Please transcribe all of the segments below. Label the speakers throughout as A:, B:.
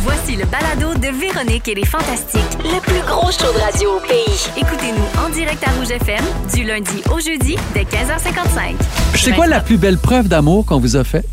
A: Voici le balado de Véronique et les Fantastiques.
B: Le plus gros show de radio au pays.
A: Écoutez-nous en direct à Rouge FM du lundi au jeudi dès 15h55.
C: C'est quoi la plus belle preuve d'amour qu'on vous a fait?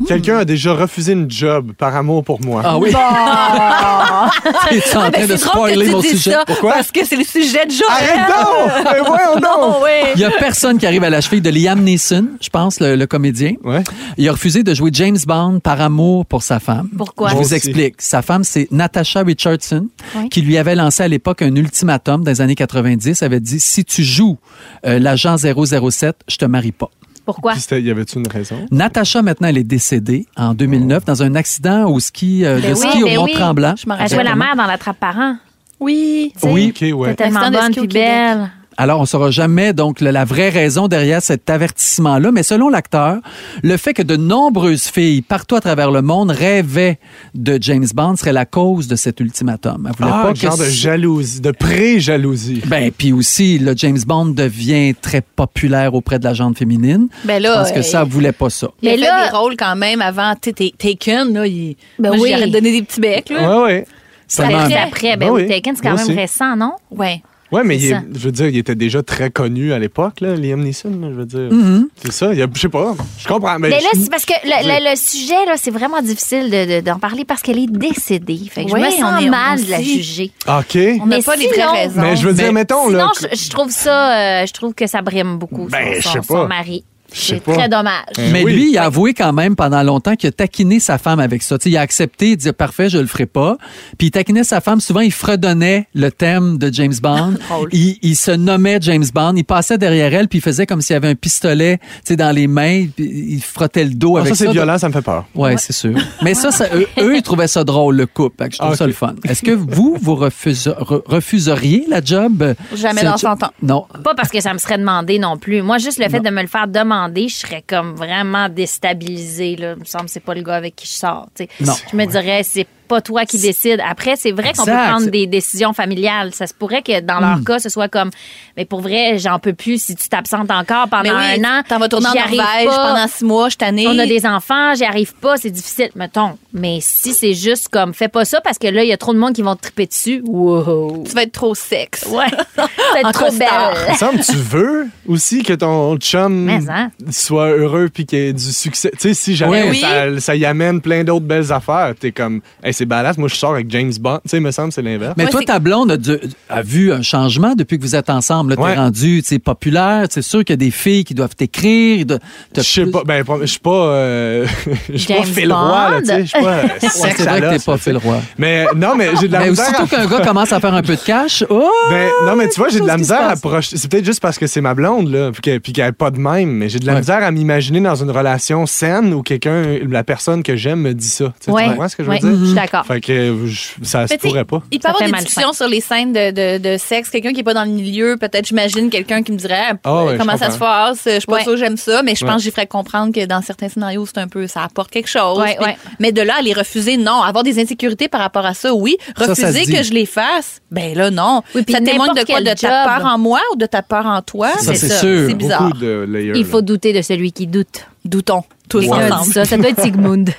D: Hmm.
E: Quelqu'un a déjà refusé une job par amour pour moi.
C: Ah oui, t'es en train
D: Ah, ben,
C: de
D: c'est drôle que
C: spoiler
D: tu
C: mon
D: dises
C: sujet.
D: ça,
E: Pourquoi?
D: Parce que c'est le sujet de Joël.
E: Arrête donc! Mais voyons donc!
D: Oh, oui.
C: Il y a personne qui arrive à la cheville de Liam Neeson, je pense, le, le comédien.
E: Ouais.
C: Il a refusé de jouer James Bond par amour pour sa femme.
D: Pourquoi?
C: Je
E: Moi
C: vous
E: aussi.
C: explique. Sa femme, c'est Natasha Richardson,
D: Oui.
C: qui lui avait lancé à l'époque un ultimatum dans les années 90. Elle avait dit, si tu joues euh, l'agent 007, je te marie pas.
D: Pourquoi?
E: Puis c'était- y avait-tu une raison?
C: Natacha, maintenant, elle est décédée en 2009 dans un accident au ski, euh, de
D: Ben oui,
C: ski
D: ben
C: au
D: oui.
C: Mont-Tremblant.
D: Je m'en
B: Elle jouait la
C: Exactement.
B: mère dans la trappe parent.
D: Oui.
C: Oui.
E: Ok, ouais.
B: Tellement
D: Accident de
B: bonne
D: ski au
B: puis
D: Québec.
B: belle.
C: Alors, on saura jamais donc le- la vraie raison derrière cet avertissement-là, mais selon l'acteur, le fait que de nombreuses filles partout à travers le monde rêvaient de James Bond serait la cause de cet ultimatum. Elle voulait
E: Ah,
C: pas que
E: genre de
C: ce-
E: jalousie, de pré-jalousie.
C: Ben, puis aussi, le James Bond devient très populaire auprès de la gente féminine.
D: Ben là,
C: parce que
D: euh,
C: ça, elle voulait pas ça.
D: Il
B: Mais
D: a fait
B: là-
D: des rôles quand même avant tu sais, t'es- Taken. Là, il...
B: Ben
D: Moi,
B: oui.
D: j'arrête de donner des petits becs.
E: Ouais,
D: Là.
E: ouais.
B: Ça
C: Seulement-
B: fait après. Ben
E: Ben
B: oui,
E: oui.
B: Taken, c'est quand
E: Moi
B: même
E: aussi.
B: récent, non?
D: Ouais.
E: Ouais, mais
B: C'est
E: il est-
B: ça.
E: je veux dire, il était déjà très connu à l'époque, là, Liam Neeson, là, je veux dire.
C: Mm-hmm.
E: C'est ça, il y a- je sais pas, je comprends. Ah, Mais,
B: Mais là,
E: je-
B: c'est parce que le, le- le sujet, là, c'est vraiment difficile d'en de, d'en parler parce qu'elle est décédée. Fait que
D: Oui,
B: je me sens
D: on est-
B: mal
D: on
B: de la
D: aussi.
B: juger.
E: Ah, OK.
D: On n'a
B: Mais
D: pas les vraies
B: sinon-
D: raisons.
E: Mais je veux dire, mettons,
B: Sinon,
E: là,
B: je, je trouve ça, euh, je trouve que ça brime beaucoup
E: Ben,
B: son,
E: je sais
B: son-
E: pas.
B: son mari.
E: Je sais
B: C'est
E: pas.
B: très dommage.
E: Ben
C: Mais
E: oui.
C: lui, il a avoué quand même pendant longtemps qu'il a taquiné sa femme avec ça. Tu sais, il a accepté, il dit parfait, je le ferai pas. Puis il taquinait sa femme. Souvent, il fredonnait le thème de James Bond.
D: Drôle.
C: il, il se nommait James Bond. Il passait derrière elle puis il faisait comme s'il avait un pistolet, tu sais, dans les mains. puis il frottait le dos
E: Ah,
C: avec
E: ça,
C: ça.
E: c'est violent, ça me fait peur.
C: Ouais, c'est sûr. Mais ça, ça, eux, eux, ils trouvaient ça drôle le couple. Fait que je trouve
E: Ah,
C: ça
E: ok.
C: le fun. Est-ce que vous, vous refuse- re- refuseriez la job
D: Jamais
C: C'est un
D: dans
C: jo-
D: 100 ans.
C: Non.
B: Pas parce que ça me serait demandé non plus. Moi, juste le fait de me le faire demander, je serais comme vraiment déstabilisée. Là. Il me semble que c'est pas le gars avec qui je sors. tu sais.
C: Non.
B: Je me dirais, c'est pas toi qui décides. Après, c'est vrai qu'on peut
C: Exact.
B: prendre des décisions familiales. Ça se pourrait que dans leur cas, ce soit comme, mais pour vrai, j'en peux plus si tu t'absentes encore pendant
D: Mais oui,
B: un an.
D: T'en vas tourner en
B: j'y arrive
D: Norvège
B: pas.
D: pendant six mois, je t'année.
B: On a des enfants, j'y arrive pas, c'est difficile, mettons. Mais si c'est juste comme, fais pas ça parce que là, il y a trop de monde qui vont te triper dessus. Wow.
D: Tu vas être trop sexe.
B: Ouais. C'est
D: En
B: trop
D: costard.
B: belle.
E: Il me semble que tu veux aussi que ton chum
B: Mais, hein.
E: soit heureux puis qu'il y ait du succès. Tu sais, si jamais
D: Oui.
E: ça, ça y amène plein d'autres belles affaires, t'es comme, hey, c'est badass, moi je sors avec James Bond. Tu sais, il me semble que c'est l'inverse.
C: Mais
D: Moi,
C: toi,
D: c'est-
C: ta blonde a, dû- a vu un changement depuis que vous êtes ensemble. Tu es
E: Ouais.
C: rendu tu sais, populaire. C'est sûr qu'il y a des filles qui doivent t'écrire. de- te-
E: Je sais pas, ben, je suis pas, euh, je suis pas
B: James
E: Phil Roy, là, tu sais, je suis pas. euh,
C: Ouais, c'est vrai que t'es
E: sexalope.
C: pas fait le roi.
E: Mais non, mais j'ai de la
C: Mais
E: misère à
C: aussitôt qu'un gars commence à faire un peu de cash, oh!
E: Ben, non, mais tu vois, j'ai de la
C: Quelque chose qui
E: misère
C: se
E: à
C: passe.
E: projeter. C'est peut-être juste parce que c'est ma blonde, là, puis qu'elle puis qu'elle est pas de même, mais j'ai de la
C: Ouais.
E: misère à m'imaginer dans une relation saine où quelqu'un, la personne que j'aime me dit ça. Tu sais,
B: Ouais.
E: Tu comprends ce que je veux
B: Ouais, Mhm.
E: dire?
B: je suis d'accord.
E: Fait que euh, je- ça se
D: Mais tu sais,
E: pourrait pas.
D: Il peut y
B: Ça fait
D: avoir des
B: mal
D: discussions sur les scènes de, de, de sexe. Quelqu'un qui n'est pas dans le milieu, peut-être, j'imagine, quelqu'un qui me dirait ah,
E: Ah ouais,
D: comment
E: je
D: ça se passe, je suis pas
B: Ouais.
D: sûre que j'aime ça, mais je pense
E: Ouais.
D: que j'y ferais comprendre que dans certains scénarios, c'est un peu, ça apporte quelque chose.
B: Ouais,
D: Puis-
B: ouais.
D: Mais de là à les refuser, non. Avoir des insécurités par rapport à ça, oui.
C: Ça, ça
D: Refuser
C: se dit.
D: que je les fasse, ben là, non.
B: Oui, puis
D: ça témoigne de
B: n'importe
D: quoi? De
B: quel
D: ta
B: job.
D: peur en moi ou de ta peur en toi? Ben
C: Ça, c'est
D: ça.
C: sûr.
D: C'est bizarre.
E: Beaucoup de layers.
B: Il
E: là.
B: faut douter de celui qui doute.
D: Doutons tous
B: Quelqu'un a dit
D: ensemble.
B: ça. Ça doit être Sigmund.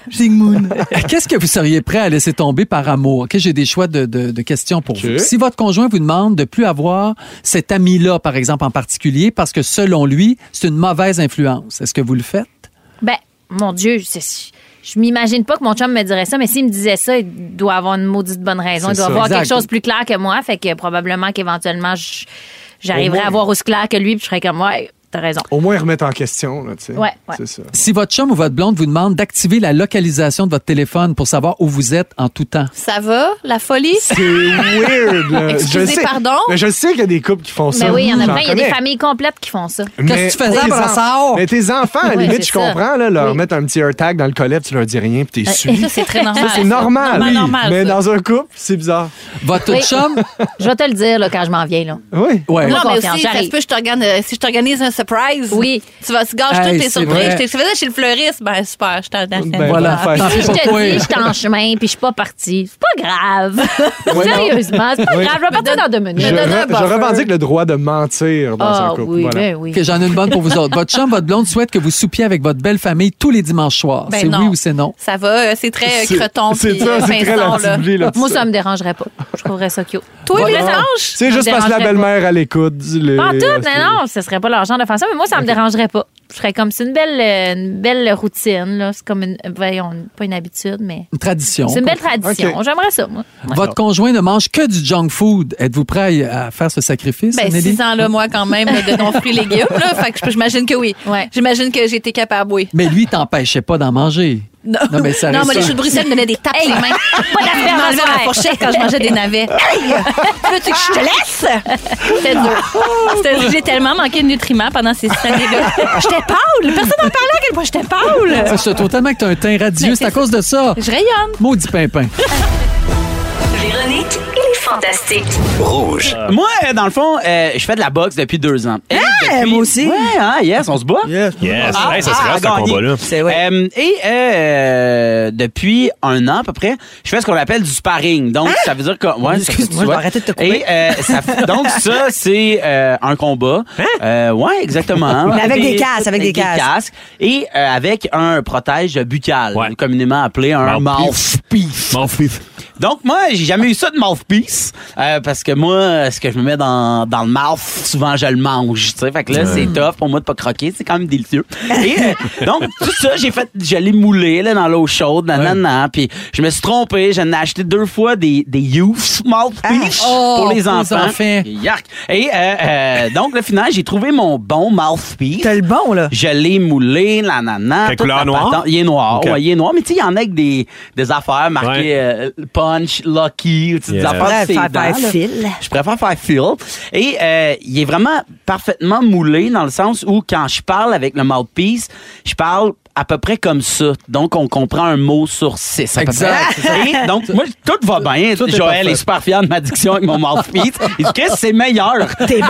C: Qu'est-ce que vous seriez prêt à laisser tomber par amour? OK, j'ai des choix de, de- de questions pour
E: OK.
C: vous. Si votre conjoint vous demande de plus avoir cet ami-là, par exemple, en particulier, parce que selon lui, c'est une mauvaise influence, est-ce que vous le faites?
B: Ben, mon Dieu, c'est- je m'imagine pas que mon chum me dirait ça, mais s'il me disait ça, il doit avoir une maudite bonne raison. Il
E: C'est
B: doit
E: ça.
B: avoir
C: Exact.
B: quelque chose de plus clair que moi. Fait que probablement qu'éventuellement, je- j'arriverai
E: Au moins.
B: à voir aussi clair que lui, puis je serais comme, ouais, t'as raison.
E: Au moins remettre en question, là, tu sais.
B: Ouais, ouais.
E: C'est ça.
C: Si votre chum ou votre blonde vous demande d'activer la localisation de votre téléphone pour savoir où vous êtes en tout temps,
D: Ça va? La folie?
E: C'est weird, là.
D: Excusez,
E: je sais,
D: pardon?
E: Mais je sais qu'il y a des couples qui font ça.
B: Ben oui, il y en a
E: J'en
B: plein. Il y a des
E: connais.
B: familles complètes qui font ça.
C: Qu'est-ce que tu faisais,
E: tes
C: brassard?
E: en- Mais tes enfants, à la
B: Ouais,
E: limite,
B: c'est
E: je
B: ça.
E: comprends, là, leur
B: Oui. Euh,
E: mettre un petit AirTag dans le collet, puis tu leur dis rien, puis t'es suivi.
D: Ça, c'est très normal.
E: C'est normal.
D: Normal, normal,
E: mais
D: ça.
E: dans un couple, c'est bizarre.
C: votre
B: Oui.
C: chum...
B: Je vais te le dire là, quand je m'en viens. Là.
E: Oui.
C: Ouais.
D: Non, mais
B: Confiance,
D: aussi, ça
B: j'arrive.
D: se peut, je t'organe- euh, si je t'organise un surprise.
B: Oui.
D: Tu vas se gâcher
C: Hey,
D: toutes tes
C: c'est
D: surprises.
C: vrai.
D: Je t'ai fait ça chez le fleuriste. Ben, super, je t'en donne.
E: Ben,
C: Voilà.
E: bonne fête.
C: Tant pis
B: Je
C: pour toi.
B: te dis, je suis en chemin, puis je suis pas partie. C'est pas grave.
E: Ouais, non.
B: Sérieusement, c'est pas
E: Oui.
B: grave. Je vais partir dans deux
E: Je,
B: minutes.
D: donne un
E: re- je
D: buffer.
E: revendique le droit de mentir dans un
B: Ah
E: couple.
B: oui,
E: Voilà.
B: ben oui.
C: Que j'en ai une bonne pour vous autres. Votre chum, votre blonde souhaite que vous soupiez avec votre belle famille tous les dimanches soirs.
D: Ben
C: c'est
D: non.
C: oui ou c'est non?
D: Ça va, euh, c'est très euh,
E: C'est-
D: creton.
E: C'est
D: puis,
E: ça,
D: euh,
E: c'est très
D: pinson, là.
E: l'articulé, là.
B: Moi, ça me dérangerait pas. Je trouverais ça cute.
D: Toi,
E: Voilà.
D: les anges.
E: C'est
B: ça
E: juste
B: me
E: parce que la
B: dérangerait
E: belle-mère à l'écoute. les-
B: Pas en tout,
E: euh,
B: non, non, ce serait pas leur genre de faire ça, mais moi, ça me dérangerait pas. Je serais comme, c'est une belle, euh, une belle routine, là. C'est comme une, voyons, pas une habitude, mais
C: Une tradition.
B: c'est une belle tradition.
E: Ok.
B: J'aimerais ça, moi. Ouais.
C: Votre conjoint ne mange que du junk food. Êtes-vous prêt à faire ce sacrifice,
D: Ben,
C: Nelly?
D: 6 ans, là, moi, quand même, de non-fruits légumes, là. Fait que je- j'imagine que oui.
B: Ouais.
D: J'imagine que j'ai été capable, oui.
C: Mais lui, il t'empêchait pas d'en manger.
D: Non,
C: Non, mais ça
D: Non,
C: reste
D: mais les
C: ça.
D: choux de Bruxelles me donnaient des tapes sur les mains.
B: Pas d'affaire
D: Je
B: dans
D: m'enlevais
B: le
D: ma
B: verre.
D: fourchette quand je mangeais des navets. Hey! Veux-tu que je te laisse?
B: C'était dur.
D: C'était- J'ai tellement manqué de nutriments pendant ces six années-là. J'étais pâle. Personne n'en parlait à quel point j'étais pâle.
C: Ah, Je te trouve tellement que t'as un teint radieux. C'est à cause de ça.
D: Je rayonne.
C: Maudit pimpin.
A: Véronique et les Fantastiques.
F: Moi, euh, dans le fond, euh, je fais de la boxe depuis deux ans. Et depuis-
G: moi aussi.
F: Ouais, hein, yes, on se bat.
E: Yes.
H: Yes.
F: Ah,
H: Hey, ça
F: ah,
H: serait
F: à
H: ce
F: gagner.
H: combat-là.
G: C'est vrai.
F: Euh, et euh, depuis un an à peu près, je fais ce qu'on appelle du sparring. Donc, ça veut dire que... Ouais, ça fait-
G: Hein? Excuse-moi, je vais
F: ouais.
G: arrêter de te couper.
F: Et, euh, ça fait- donc, ça, c'est euh, un combat.
H: Hein?
F: Euh, ouais, exactement.
G: Mais avec des casques, avec des casques.
F: Et euh, avec un protège buccal,
H: Ouais.
F: communément appelé un mouthpiece.
H: Mouthpiece.
F: Donc moi, j'ai jamais eu ça de mouthpiece euh, parce que moi, ce que je me mets dans, dans le mouth, souvent je le mange, tu sais. Fait que là, c'est tough pour moi de pas croquer, c'est quand même délicieux. Et euh, donc tout ça, j'ai fait je l'ai moulé là dans l'eau chaude, nanana, puis je me suis trompé, j'en ai acheté deux fois des des youth mouthpiece
G: Ah.
F: pour
C: Oh,
F: les
C: pour les
F: enfants.
C: enfants.
F: Yark. Et euh, euh, donc le final, j'ai trouvé mon bon mouthpiece.
G: T'as le bon, là.
F: Je l'ai moulé, la nana.
H: Quelle
F: toute
H: couleur
F: la
H: noire?
F: patente. Il est noir.
H: Ok.
F: ouais, il est noir. Mais tu sais, il y en a avec des, des affaires marquées euh, punch, lucky, tu sais, des
H: Yeah.
F: affaires de
G: Bref, faire
F: ses dents, là.
G: fil.
F: Je préfère faire feel. Et euh, il est vraiment parfaitement moulé dans le sens où quand je parle avec le mouthpiece, je parle à peu près comme ça. Donc, on comprend un mot sur six. à peu
C: Exact,
F: près. Et donc, moi, tout va bien.
C: Tout est
F: Joël
C: parfait.
F: est super fier de ma diction avec mon mouthpiece. Il dit que c'est meilleur.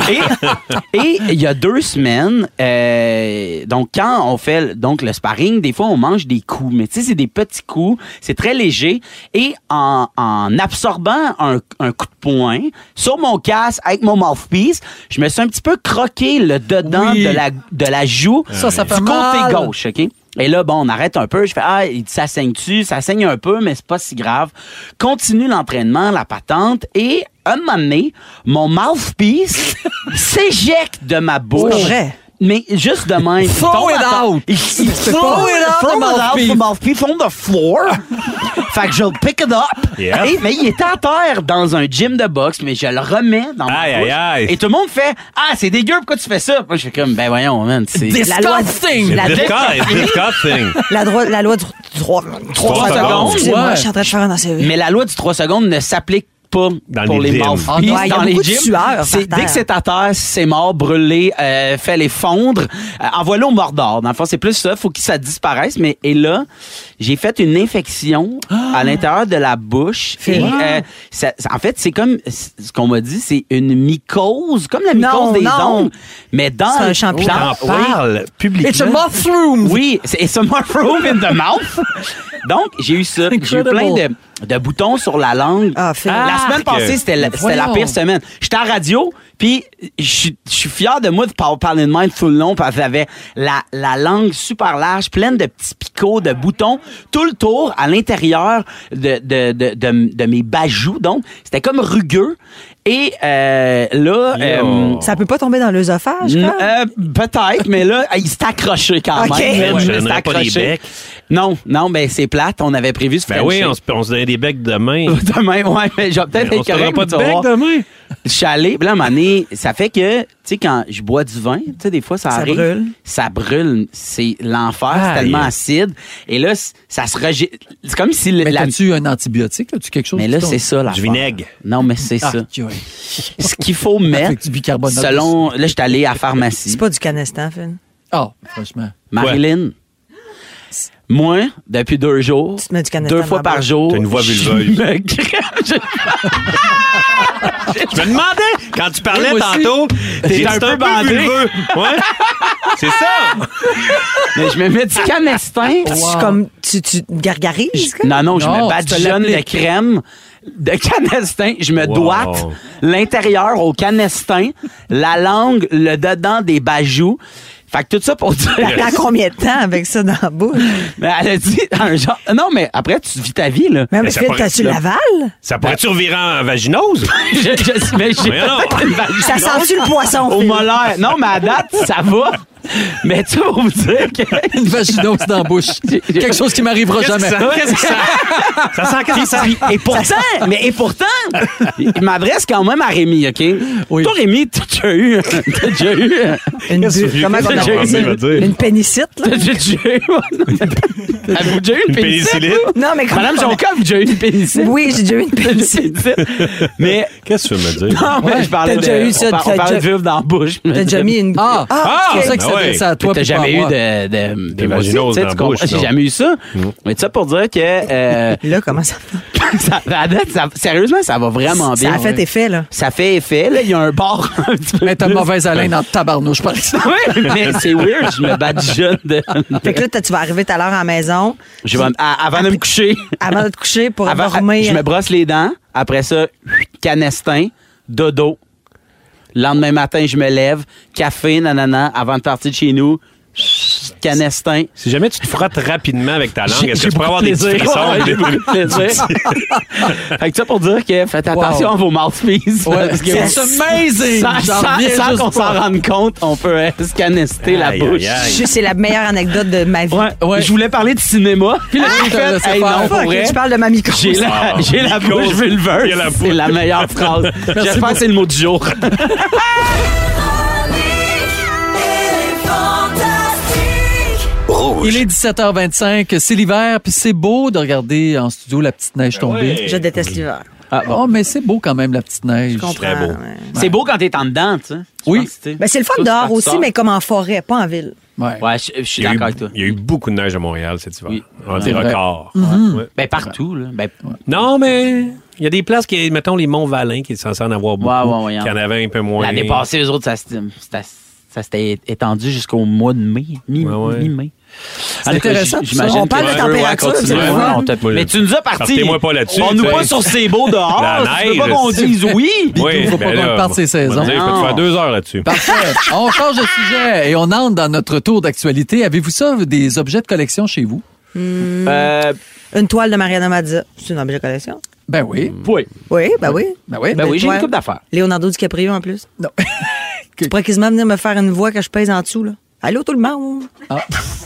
F: Et- Et il y a deux semaines, euh, donc quand on fait le- donc le sparring, des fois on mange des coups, mais tu sais c'est des petits coups, c'est très léger. Et en, en absorbant un, un coup de poing sur mon casque avec mon mouthpiece, je me suis un petit peu croqué le dedans
C: Oui.
F: de la de la joue
C: Ça, ça fait
F: du
C: mal.
F: côté gauche, OK? Et là, bon, on arrête un peu. Je fais, ah, il dit, ça saigne-tu? Ça saigne un peu, mais c'est pas si grave. Continue l'entraînement, la patente, et un moment donné, mon mouthpiece s'éjecte de ma bouche.
G: C'est vrai.
F: Mais juste de même. Il
C: Throw
F: tombe
C: it
F: à terre.
C: out.
F: Il, il
C: C'est
F: throw,
C: pas-
F: it out,
C: throw
F: from
C: it out
F: mouthpiece.
C: from
F: mouthpiece on the floor. fait que je le pick it up.
H: Yeah.
F: Et- mais il était à terre dans un gym de boxe, mais je le remets dans ma
H: Aïe,
F: bouche.
H: aïe, aïe.
F: Et tout le monde fait, ah, c'est dégueu, pourquoi tu fais ça? Moi, je fais comme, ben voyons, man, c'est...
G: La loi,
C: Disgusting!
G: la,
H: This guy, this guy thing.
G: la, droit- la loi du 3
F: Trois secondes.
G: Excusez-moi,
C: Ouais.
G: je suis en train de faire un ACV.
F: Mais la loi du 3 secondes ne s'applique pas
H: Dans
F: pour
H: les
F: les
H: gyms.
F: morts.
G: Ah, ouais, il y a
F: dans les
G: beaucoup de
F: gyms,
G: sueurs par
F: c'est-
G: terre.
F: dès que c'est à terre, c'est mort, brûlé, euh, fais-les fondre, euh, envoie-le au mordor. Dans le fond, c'est plus ça, faut que ça disparaisse. Mais et là, j'ai fait une infection
G: Ah!
F: à l'intérieur de la bouche. Et, euh, ça- ça- en fait, c'est comme ce qu'on m'a dit, c'est une mycose, comme la mycose
G: Non,
F: des
G: non.
F: ondes, mais dans
G: C'est un
F: le-
G: champignon.
F: dans-
H: T'en
F: oui.
H: parles publiquement.
C: It's a mushroom!
F: Oui, c'est it's a mushroom in the mouth. Donc, j'ai eu ça. J'ai eu
C: Incredible.
F: plein de, de boutons sur la langue.
G: Ah, Phil.
F: la
G: Ah,
F: semaine passée, c'était la,
C: Mais
F: c'était la
C: voyons.
F: pire semaine. J'étais à radio, puis je suis- je suis fier de moi de par- parler de même tout le long, parce que j'avais la, la langue super large, pleine de petits picots, de boutons, tout le tour, à l'intérieur de, de, de, de- de mes bajoux. Donc, c'était comme rugueux. Et euh, là... euh,
G: Ça peut pas tomber dans l'œsophage,
F: Mm,
G: quoi?
F: euh, Peut-être, mais là, il s'est accroché quand
G: Ok.
F: même.
H: Ouais,
F: Il
H: je
F: s'est
H: donnerais pas des
F: accroché.
H: becs.
F: Non, non, mais c'est plate. On avait prévu ce
H: Ben oui, on se, on se donnait des becs demain. Ben,
F: Demain, ouais, mais je vais peut-être
H: on
F: être
H: se donnera
F: correct.
H: pas
F: tu
H: de
F: vas
H: bec
F: voir.
H: demain.
F: Je suis allé, puis là, à un moment donné, ça fait que, tu sais, quand je bois du vin, tu sais, des fois, ça,
G: Ça
F: arrive.
G: brûle.
F: Ça brûle. C'est l'enfer, c'est
H: Aïe.
F: tellement acide. Et là, c- ça se rejette. C'est comme si le-
C: Mais
F: la.
C: as-tu un antibiotique? As-tu quelque chose?
F: Mais
C: qui
F: là,
C: tombe?
F: c'est ça, là.
H: vinaigre.
F: Non, mais c'est
C: Ah,
F: ça.
C: ok, ouais.
F: Ce qu'il faut mettre,
C: Avec du bicarbonate.
F: selon. Là, je suis allé à la
G: C'est
F: pharmacie.
G: pas du canestan, Phil.
C: Ah, franchement.
F: Marilyn, Moi, depuis deux jours,
G: Tu te mets du Canada
F: deux
G: dans
F: fois
G: la
F: par
G: bouche.
F: jour,
H: T'as une voix
F: je
H: vulveuse.
F: me crème- je-
H: Je me demandais, quand tu parlais
F: Moi aussi.
H: tantôt,
F: J'ai
H: t'es un,
F: un peu
H: peu bandé.
F: vulveux.
H: Ouais. C'est ça.
F: mais je me mets du canestin.
G: Tu- je suis comme, tu, tu gargarises? quoi?
F: Non, non, je
C: Non,
F: me
C: tu te
F: badigeonne de
C: l'appliques.
F: crème, de canestin. Je me
H: Wow.
F: doite l'intérieur au canestin, la langue, le dedans des bajoux. Fait que tout ça pour dire...
G: T'as t'as combien de temps avec ça dans la bouche?
F: Mais elle a dit un genre... Non, mais après, tu vis ta vie, là.
G: Mais,
H: Mais
G: mais
H: ça
G: tu
H: pourrait-
G: t'as-tu l'aval?
H: Ça pourrait-tu revirer en vaginose?
F: Ben- je, je, mais j'ai
H: Voyons donc.
F: peut-être une valise
G: Ça sent-tu le poisson?
F: au
G: Phil?
F: molaire. Non, mais à date, ça va. Mais tu vas vous dire que...
C: Une vaginose dans la bouche. Quelque chose qui m'arrivera
H: Qu'est-ce que
C: jamais.
H: ça- Qu'est-ce que ça? Ça sent quand ça?
F: Puis- et pourtant, mais et pourtant, il m'adresse quand même à Rémi, OK?
C: Oui.
F: Toi, Rémi, t'as déjà eu, t'as déjà eu,
G: Une
H: Qu'est-ce
G: bu-
H: que-
G: Comment on
H: qu'est-ce que
G: appelle
H: j'ai envie de
G: ça?
H: dire?
G: Une pénicite, là?
F: t'as déjà eu, avez-vous déjà eu une
H: Une
F: pénicite?
H: pénicilline?
G: Non, mais comment.
F: Madame Jonca, vous avez déjà eu une pénicite?
G: Oui, j'ai déjà eu une
F: Une
G: pénicite.
F: pénicite. Mais,
H: Qu'est-ce que tu veux me dire?
F: non, mais
G: Ouais,
F: je parlais
G: t'as
F: de,
G: déjà eu ça,
F: on, par-
G: t'as
F: on parlait de
G: déjà-
F: vulve dans la bouche.
G: T'as déjà mis une.
C: Ah!
H: Ah,
C: C'est
G: ok.
C: ça que
H: Ah
C: ça
H: ouais.
C: ça à toi.
F: T'as
C: puis pas à
F: jamais eu
C: moi.
F: de, de, de vaginose,
H: vaginoses
F: tu sais,
H: dans
F: tu
H: la bouche,
F: comprends? J'ai
H: non.
F: jamais eu ça. Mais ça pour dire que, euh,
G: Là, comment ça va?
F: ça, à date, ça- sérieusement, ça va vraiment bien.
G: Ça a fait effet, là.
F: Ça fait effet, là. Il y a un bar un petit peu.
C: Mais t'as mauvaise haleine en tabarnouche, par exemple.
F: Oui, mais c'est weird, je me badigeonne de.
G: Fait que là, t'as- tu vas arriver tout à l'heure à la maison,
F: Je vais- à- avant de me coucher.
G: avant de te coucher, pour
F: Avant,
G: dormir.
F: je me brosse les dents. Après ça, canestin, dodo. Lendemain matin, je me lève. Café, nanana. Avant de partir de chez nous, canestin.
H: Si jamais tu te frottes rapidement avec ta langue,
F: J'ai-
H: est-ce
F: j'ai
H: que tu pourrais
F: beaucoup
H: avoir
F: de
H: des petits
F: plaisir.
H: frissons?
F: Ouais, j'ai beaucoup de plaisir. fait que ça pour dire que faites attention à vos mouthpieces.
C: Ouais,
F: parce que-
C: it's amazing.
F: Sans,
C: J'en
F: sans-
C: reviens
F: sans
C: juste
F: qu'on s'en
C: pas.
F: rende compte, on peut euh, scanester la
H: Aïe,
F: bouche.
H: aïe, aïe.
G: Je- C'est la meilleure anecdote de ma vie.
F: Ouais,
C: Ouais.
F: Je voulais parler de cinéma. Puis là,
C: Ah!
F: j'ai
C: Je te
F: fait,
C: laissais
F: hey,
C: faire.
F: non,
C: Fuck,
F: pour vrai,
G: je parle de ma micro.
F: j'ai la,
H: Wow.
F: j'ai la
H: Nico,
F: bouche vulveuse.
H: il y a la
F: C'est
H: bouche.
F: la meilleure phrase. J'espère que c'est le mot du jour.
C: Il est 17h25, c'est l'hiver, puis c'est beau de regarder en studio la petite neige tomber.
H: Ben ouais.
G: Je déteste l'hiver.
C: Oh, mais c'est beau quand même, la petite neige.
G: Je comprends.
H: très beau.
G: ouais.
F: C'est beau quand t'es en dedans, tu sais. Je
C: Oui.
F: pense que, tu sais,
G: Ben, c'est le fun
F: toi,
G: dehors
F: tu
G: aussi,
F: sors.
G: mais comme en forêt, pas en ville.
C: Ouais.
F: Ouais, je je suis
H: Il y, a eu,
F: d'accord avec toi.
H: il y a eu beaucoup de neige à Montréal cet hiver.
F: Oui.
H: Ah, des
C: C'est vrai.
H: records. Ouais.
F: Ben, partout, là. Ben,
H: Non, mais il y a des places qui, mettons, les Monts-Valin, qui est censé en avoir beaucoup,
F: Ouais, ouais, ouais, hein.
H: qui en avaient un peu moins.
F: L'année passée, les autres, ça s'était ça- ça s'était étendu jusqu'au mois de mai, mi-
H: Ouais, ouais.
F: mi-mai. Ah, C'est
C: intéressant, tout ça.
G: On parle de température, c'est
H: le fun.
F: Mais tu nous as parti.
H: Partez-moi pas là-dessus,
F: On nous
H: tu sais.
F: pas sur ces beaux dehors.
H: La
F: Tu veux pas
H: neige.
F: qu'on dise oui.
H: Oui,
C: Faut pas
H: ben
C: qu'on
H: là,
C: parte ses saisons.
H: on va dire, Je peux te
F: Non.
H: faire deux heures là-dessus.
C: Parfait. on change de sujet et on entre dans notre tour d'actualité. Avez-vous ça, des objets de collection chez vous? Hmm.
F: Euh,
G: Une toile de Mariana Mazza. C'est une objet de collection?
C: Ben oui.
F: oui.
G: Oui, ben oui.
C: Ben oui.
F: Ben oui, j'ai une
G: Ouais.
F: coupe d'affaires.
G: Leonardo DiCaprio en plus.
C: Non.
G: Tu pourrais quasiment venir me faire une voix que je pèse en dessous, là. Allô tout le monde?
C: Ah.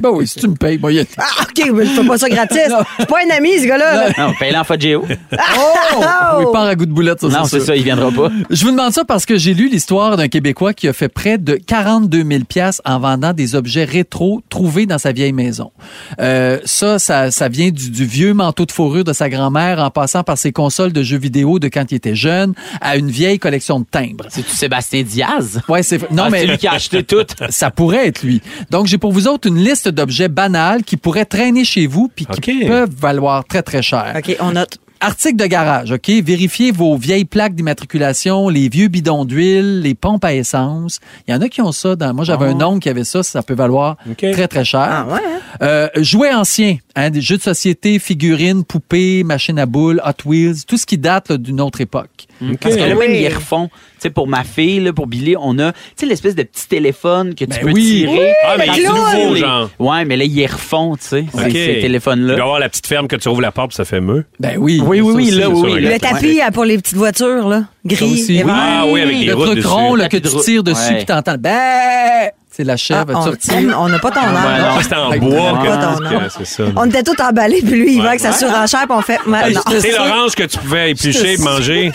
C: Ben oui, si tu me payes, moi, y a-
G: Ah, OK, mais je fais pas ça gratis. C'est pas un ami, ce gars-là. là.
F: Non, paye-le en fait Géo.
C: Oh! Oui, pas à goût de boulette, ça,
F: Non, c'est
C: sûr.
F: ça, il viendra pas.
C: Je vous demande ça parce que j'ai lu l'histoire d'un Québécois qui a fait près de 42 000 pièces en vendant des objets rétro trouvés dans sa vieille maison. Euh, ça, ça, ça vient du, du vieux manteau de fourrure de sa grand-mère en passant par ses consoles de jeux vidéo de quand il était jeune à une vieille collection de timbres.
F: C'est-tu Sébastien Diaz?
C: Ouais, c'est non
F: Ah,
C: mais
F: C'est lui qui a acheté tout.
C: ça pourrait être lui. Donc, j'ai pour vous autres une liste d'objets banals qui pourraient traîner chez vous puis qui
H: OK.
C: peuvent valoir très, très cher.
G: OK, on note.
C: Articles de garage, OK? Vérifiez vos vieilles plaques d'immatriculation, les vieux bidons d'huile, les pompes à essence. Il y en a qui ont ça. Dans... Moi,
F: Oh.
C: j'avais un oncle qui avait ça. Ça peut valoir
H: OK.
C: très, très cher.
G: Ah ouais? hein?
C: Euh, jouets anciens, hein, des jeux de société, figurines, poupées, machines à boules, Hot Wheels, tout ce qui date là, d'une autre époque.
F: Parce que là,
G: Ah Oui.
F: même, ils refont. Tu sais, pour ma fille, là, pour Billy, on a, tu sais, l'espèce de petit téléphone que tu
C: Ben
F: peux
C: oui.
F: tirer.
H: Ah, mais
F: Quand
H: il est
F: tu
H: nouveau,
F: ouvres les-
H: genre.
F: Ouais, mais là, ils refont, tu sais, ces-
H: OK.
F: ces
H: Il doit
F: téléphones-là.
H: avoir la petite ferme que tu ouvres la porte, ça fait meu.
C: Ben oui.
F: Oui,
C: ça
F: oui, oui,
C: aussi,
F: là,
C: ça
F: oui,
H: aussi.
F: oui,
G: Le
F: là,
G: tapis euh, pour les petites voitures, là. Gris,
C: aussi.
G: et vert.
H: Ah oui, avec des
C: Le
H: routes
C: truc
H: dessus.
C: rond là, que
F: Tapis
C: tu
F: de route.
C: tires dessus
F: Ouais.
C: puis t'entends le ben c'est la
G: Ah,
C: chèvre, tu
G: on
C: retires.
G: t'aime, on n'a pas ton
F: Ouais, Ben, non.
G: âme.
H: Ah, c'est en
C: Avec
H: bois
G: vraiment pas
H: que
G: ton
H: que-
G: nom.
H: c'est ça.
G: On était tout emballés, puis lui, il va avec sa surenchère, puis on fait. ma- non. Tu
H: C'est l'orange que tu pouvais éplucher, manger. Ah,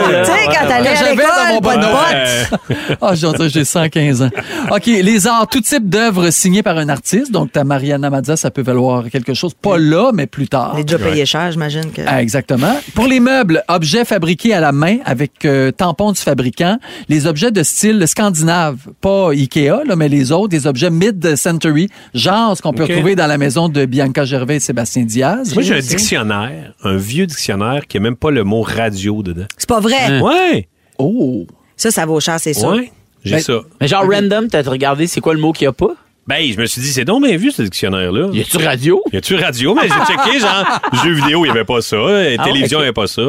F: Quand Noël, là.
G: sais, quand t'allais à
C: J'avais
G: l'école,
C: dans mon
G: pas de
C: bonheur.
G: bottes.
C: Ah, j'ai entendu, j'ai 115 ans. OK, les arts, tout type d'œuvres signées par un artiste. Donc, ta Mariana Mazza, ça peut valoir quelque chose. Pas là, mais plus tard.
G: Il est déjà payé cher, j'imagine que.
C: Ah, exactement. Pour les meubles, objets fabriqués à la main avec euh, tampon du fabricant, les objets de style scandinave, pas Ikea, là, là, mais les autres, des objets mid-century, genre ce qu'on peut
H: OK.
C: retrouver dans la maison de Bianca Gervais et Sébastien Diaz.
H: Moi, j'ai un dictionnaire, un vieux dictionnaire qui n'a même pas le mot radio dedans. Hein?
G: C'est pas vrai.
H: Ouais!
C: Oh!
G: Ça, ça vaut cher, c'est sûr.
H: Ouais! J'ai
C: Ben-
H: ça.
F: Mais genre random, t'as regardé c'est quoi le mot qu'il n'y a pas?
H: Ben, je me suis dit, c'est donc bien vu, ce dictionnaire-là.
F: Y a-tu radio?
H: Y a-tu radio? Mais j'ai checké, genre, jeux vidéo, il n'y avait pas ça. euh,
F: Ah ouais,
H: télévision, il
F: ok.
H: n'y avait pas ça.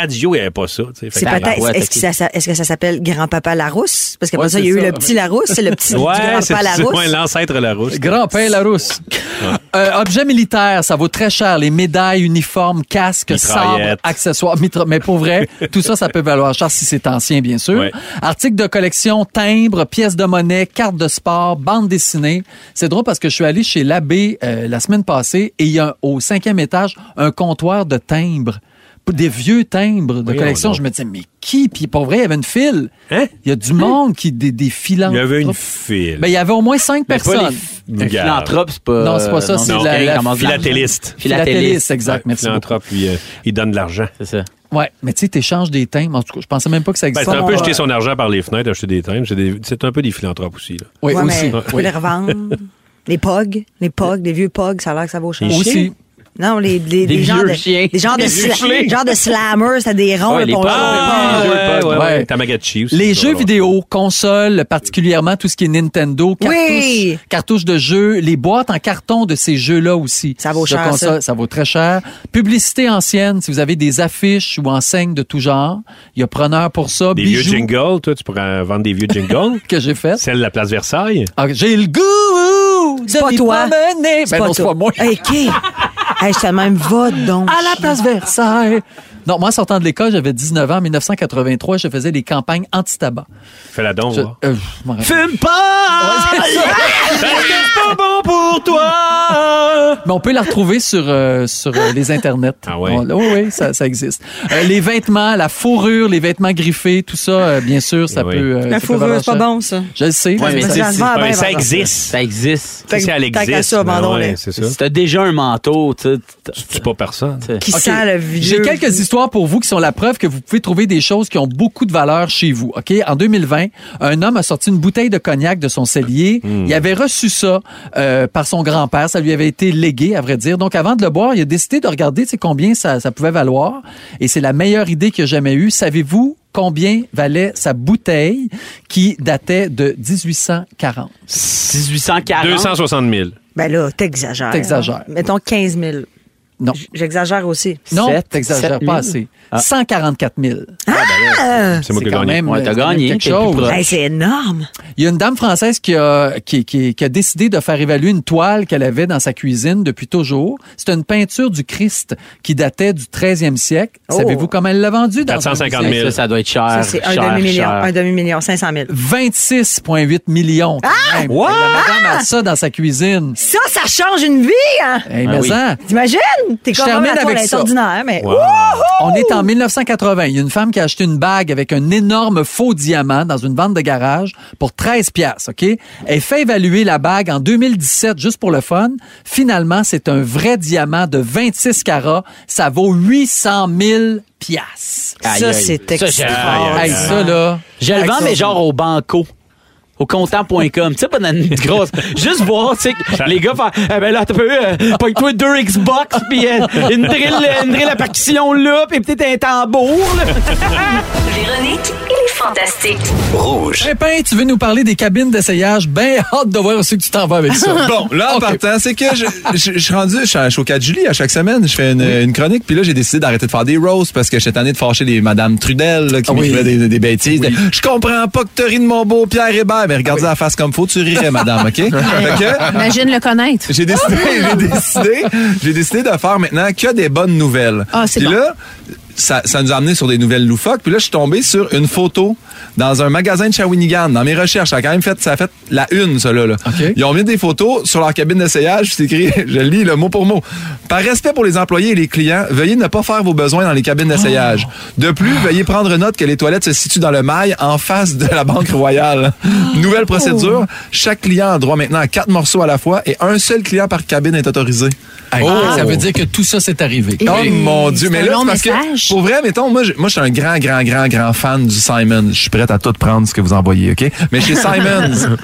H: Radio, il n'y avait pas ça. tu sais. Fait
G: C'est
H: que-
F: Tabarouette,
G: peut-être. Est-ce
F: ok.
G: que ça, ça- est-ce que ça s'appelle Grand-Papa Larousse? Parce qu'après
C: Ouais,
G: ça, il y a
C: c'est
G: eu
C: ça.
G: le petit Larousse, c'est le petit
H: Ouais, c'est
G: Grand-Papa Larousse.
H: ouais, l'ancêtre Larousse.
C: Grand-père Larousse. Euh, objet militaire, ça vaut très cher. Les médailles, uniformes, casques, sabres,
H: Mitraillette.
C: accessoires, mitra- mais pour vrai, tout ça, ça peut valoir cher si c'est ancien, bien sûr.
H: Ouais.
C: Articles de collection, timbres, pièces de monnaie, cartes de sport, bandes dessinées. C'est drôle parce que je suis allé chez l'abbé euh, la semaine passée et il y a au cinquième étage un comptoir de timbres. Des vieux timbres de
H: Voyons
C: collection.
H: donc.
C: Je me disais, mais qui? Puis pour vrai, il y avait une file.
H: Hein?
C: Il y a du monde qui des, des
H: Il y avait une
C: philanthropes.
H: file.
C: Ben, il y avait au moins cinq
F: Mais pas
C: personnes.
F: les f- les philanthropes, c'est pas. euh,
C: Non, c'est pas ça, c'est
F: non,
C: la-
F: quelqu'un
C: la
F: qui commence de l'argent.
H: philatéliste.
F: Philatéliste.
C: Philatéliste, exact. merci beaucoup.
H: Philanthrope, il, euh, il donne de l'argent.
F: C'est ça.
C: Ouais, mais tu sais, t'échanges des timbres. En tout cas, je pensais même pas que ça
H: Ben,
C: existait.
H: c'est un peu jeter son argent par les fenêtres, acheter des timbres. C'est des- C'est un peu des philanthropes aussi. là.
C: Oui,
G: Ouais,
C: aussi.
G: mais tu peux les revendre. les pogs, les pogs, les vieux pogs, ça a l'air que ça vaut cher.
H: Les
C: Aussi.
H: chiens.
G: Non, les, les,
F: Des
G: des gens
F: vieux
G: de,
F: chiens.
G: Des gens de,
F: Des
G: sla-
F: vieux chiens.
G: genre de slammers, c'est des ronds
F: Ouais,
G: là,
F: les
G: pour
F: pogs.
G: leur-
F: Ah, ouais, ouais,
C: ouais.
H: Tamagotchi aussi.
C: Les
H: ça,
C: jeux
H: là.
C: vidéo, consoles, particulièrement tout ce qui est Nintendo, cartouches,
G: Oui.
C: cartouches de jeux, les boîtes en carton de ces jeux-là aussi.
G: Ça vaut
C: De
G: cher,
C: consoles, ça. vaut très cher. Publicité ancienne, si vous avez des affiches ou enseignes de tout genre, il y a preneur pour ça.
H: Des vieux
C: bijoux
H: jingles, toi, tu pourrais vendre des vieux jingles.
C: que j'ai fait.
H: Celle de la place Versailles.
C: J'ai le goût
G: C'est
C: de
G: pas
C: m'y
G: toi.
C: promener. Ben non, c'est
G: toi.
C: pas moi.
G: OK. hey, je te même va donc.
C: À la place Versailles. Non, moi, en sortant de l'école, j'avais 19 ans. En 1983, je faisais des campagnes anti-tabac.
H: Fais la don.
C: Je-
H: voir.
C: euh, je m'en rappelle.
F: Fume pas!
H: Parce que c'est pas bon pour toi!
C: Mais on peut la retrouver sur, euh, sur euh, les internets.
H: Ah ouais.
C: On- oui, oui, ça, ça existe. Euh, les vêtements, la fourrure, les vêtements griffés, tout ça, euh, bien sûr, ça
H: Eh oui.
C: peut... euh, ça
G: La
C: peut
G: fourrure,
C: valoir
G: c'est pas
C: cher.
G: bon, ben, ça.
C: Je le sais.
F: Ouais, mais
G: Ça,
F: c'est-
G: j'en vends
H: Ouais,
G: bien,
H: mais ça
G: par exemple.
H: existe.
F: Ça existe.
H: Ça,
G: Fait que-
H: elle
G: tant qu'à
H: existe. ben
G: ça, abandonnez.
H: ouais, c'est ça.
F: Si t'as déjà un manteau, tu
H: Tu tues pas personne.
G: Qui
C: OK.
G: sent le
C: J'ai
G: vieux.
C: quelques histoires pour vous qui sont la preuve que vous pouvez trouver des choses qui ont beaucoup de valeur chez vous. OK? En 2020, un homme a sorti une bouteille de cognac de son cellier. Il avait reçu ça euh, par son grand-père. Ça lui avait été légué, à vrai dire. Donc, avant de le boire, il a décidé de regarder tu sais, combien ça, ça pouvait valoir. Et c'est la meilleure idée qu'il a jamais eue. Savez-vous combien valait sa bouteille qui datait de 1840?
F: 1840.
H: 260 000.
G: Ben là, t'exagères.
C: T'exagères.
G: Mettons 15 000.
C: Non.
G: J- J'exagère aussi.
C: Non,
F: Sept-
C: t'exagères
F: sept mille?
C: pas assez.
G: Ah.
C: 144 000.
H: C'est moi qui ai
C: quand
H: gagné.
C: même,
F: Ouais, t'as
C: c'est quand même
F: gagné,
C: quelque
F: t'es le plus
C: chose.
F: proche.
G: Hey, c'est énorme.
C: Il y a une dame française qui a, qui, qui- qui a décidé de faire évaluer une toile qu'elle avait dans sa cuisine depuis toujours. C'est une peinture du Christ qui datait du 13e siècle.
G: Oh.
C: Savez-vous comment elle l'a vendue? dans un
H: 450 000.
C: musée?
F: Ça, ça doit être cher.
G: Ça, c'est un
F: cher,
G: demi-million.
F: cher.
G: Un demi-million, 500 000.
C: 26,8 millions. quand
G: Ah!
C: même.
F: What?
C: La madame a ça dans sa cuisine.
G: Ça, ça change une vie, hein?
C: Hey,
F: Ah
C: Eh, mais
F: oui.
C: ça,
G: T'imagines? T'es
C: Je
G: comme
C: termine
G: la
C: avec
G: toilette
C: ça.
G: ordinaire,
F: Eh,
G: mais...
H: Wow.
C: On est en 1980. Il y a une femme qui a acheté une bague avec un énorme faux diamant dans une vente de garage pour 13 piastres, OK? Elle fait évaluer la bague en 2017 juste pour le fun. Finalement, c'est un vrai diamant de 26 carats. Ça vaut 800 000 piastres.
F: Aïe,
G: Ça,
F: aïe.
G: c'est
F: Ça, j'ai-
G: extraordinaire.
C: Hey, ça, là...
F: Je le vends, mais genre au banco. Au comptant.com. Tu sais, pas dans une grosse. Juste voir, tu sais, que les gars font. Eh ben là, t'as peu. Euh, Pogne-toi deux Xbox, puis euh, une drill, une drill à percussion là, puis peut-être un tambour, là.
A: Véronique et les Fantastiques.
C: Pépin, tu veux nous parler des cabines d'essayage? Ben, hâte de voir aussi que tu t'en vas avec ça.
I: Bon, là, en
C: Ok.
I: partant, c'est que je, je, je suis rendu, je suis à- je suis au 4 Julie à chaque semaine, je fais une, une chronique, puis là, j'ai décidé d'arrêter de faire des roasts parce que j'étais tanné de fâcher les Madame Trudel là, qui
C: Ah oui.
I: m'écrivaient des, des bêtises. Je comprends pas que tu ris de mon beau Pierre Hébert, mais
C: Ah
I: regardez la face comme faut, tu rirais, Madame, OK? Fait que,
D: Imagine le connaître.
I: j'ai décidé,
J: Oh!
I: j'ai décidé, j'ai décidé de faire maintenant que des bonnes nouvelles.
D: Ah, c'est
I: Puis
D: bon.
I: là, ça, ça nous a amené sur des nouvelles loufoques. Puis là, je suis tombé sur une photo dans un magasin de Shawinigan. Dans mes recherches, ça a quand même fait, ça a fait la une, ça là.
C: OK.
I: Ils ont mis des photos sur leur cabine d'essayage. puis C'est écrit, je lis le mot pour mot. Par respect pour les employés et les clients, veuillez ne pas faire vos besoins dans les cabines d'essayage.
C: Oh.
I: De plus, veuillez prendre note que les toilettes se situent dans le mail en face de la Banque Royale.
C: Oh.
I: Nouvelle procédure, chaque client a droit maintenant à quatre morceaux à la fois et un seul client par cabine est autorisé.
C: Hey, Ça veut dire que tout ça, c'est arrivé.
I: Oh mon Dieu,
D: Ah. c'est
I: mais
D: un
I: là,
D: long
I: c'est parce
D: message.
I: que pour vrai, mettons, moi, je- moi, je suis un grand, grand, grand, grand fan du Simon. Je suis prête à tout prendre ce que vous envoyez, OK? Mais chez Simons,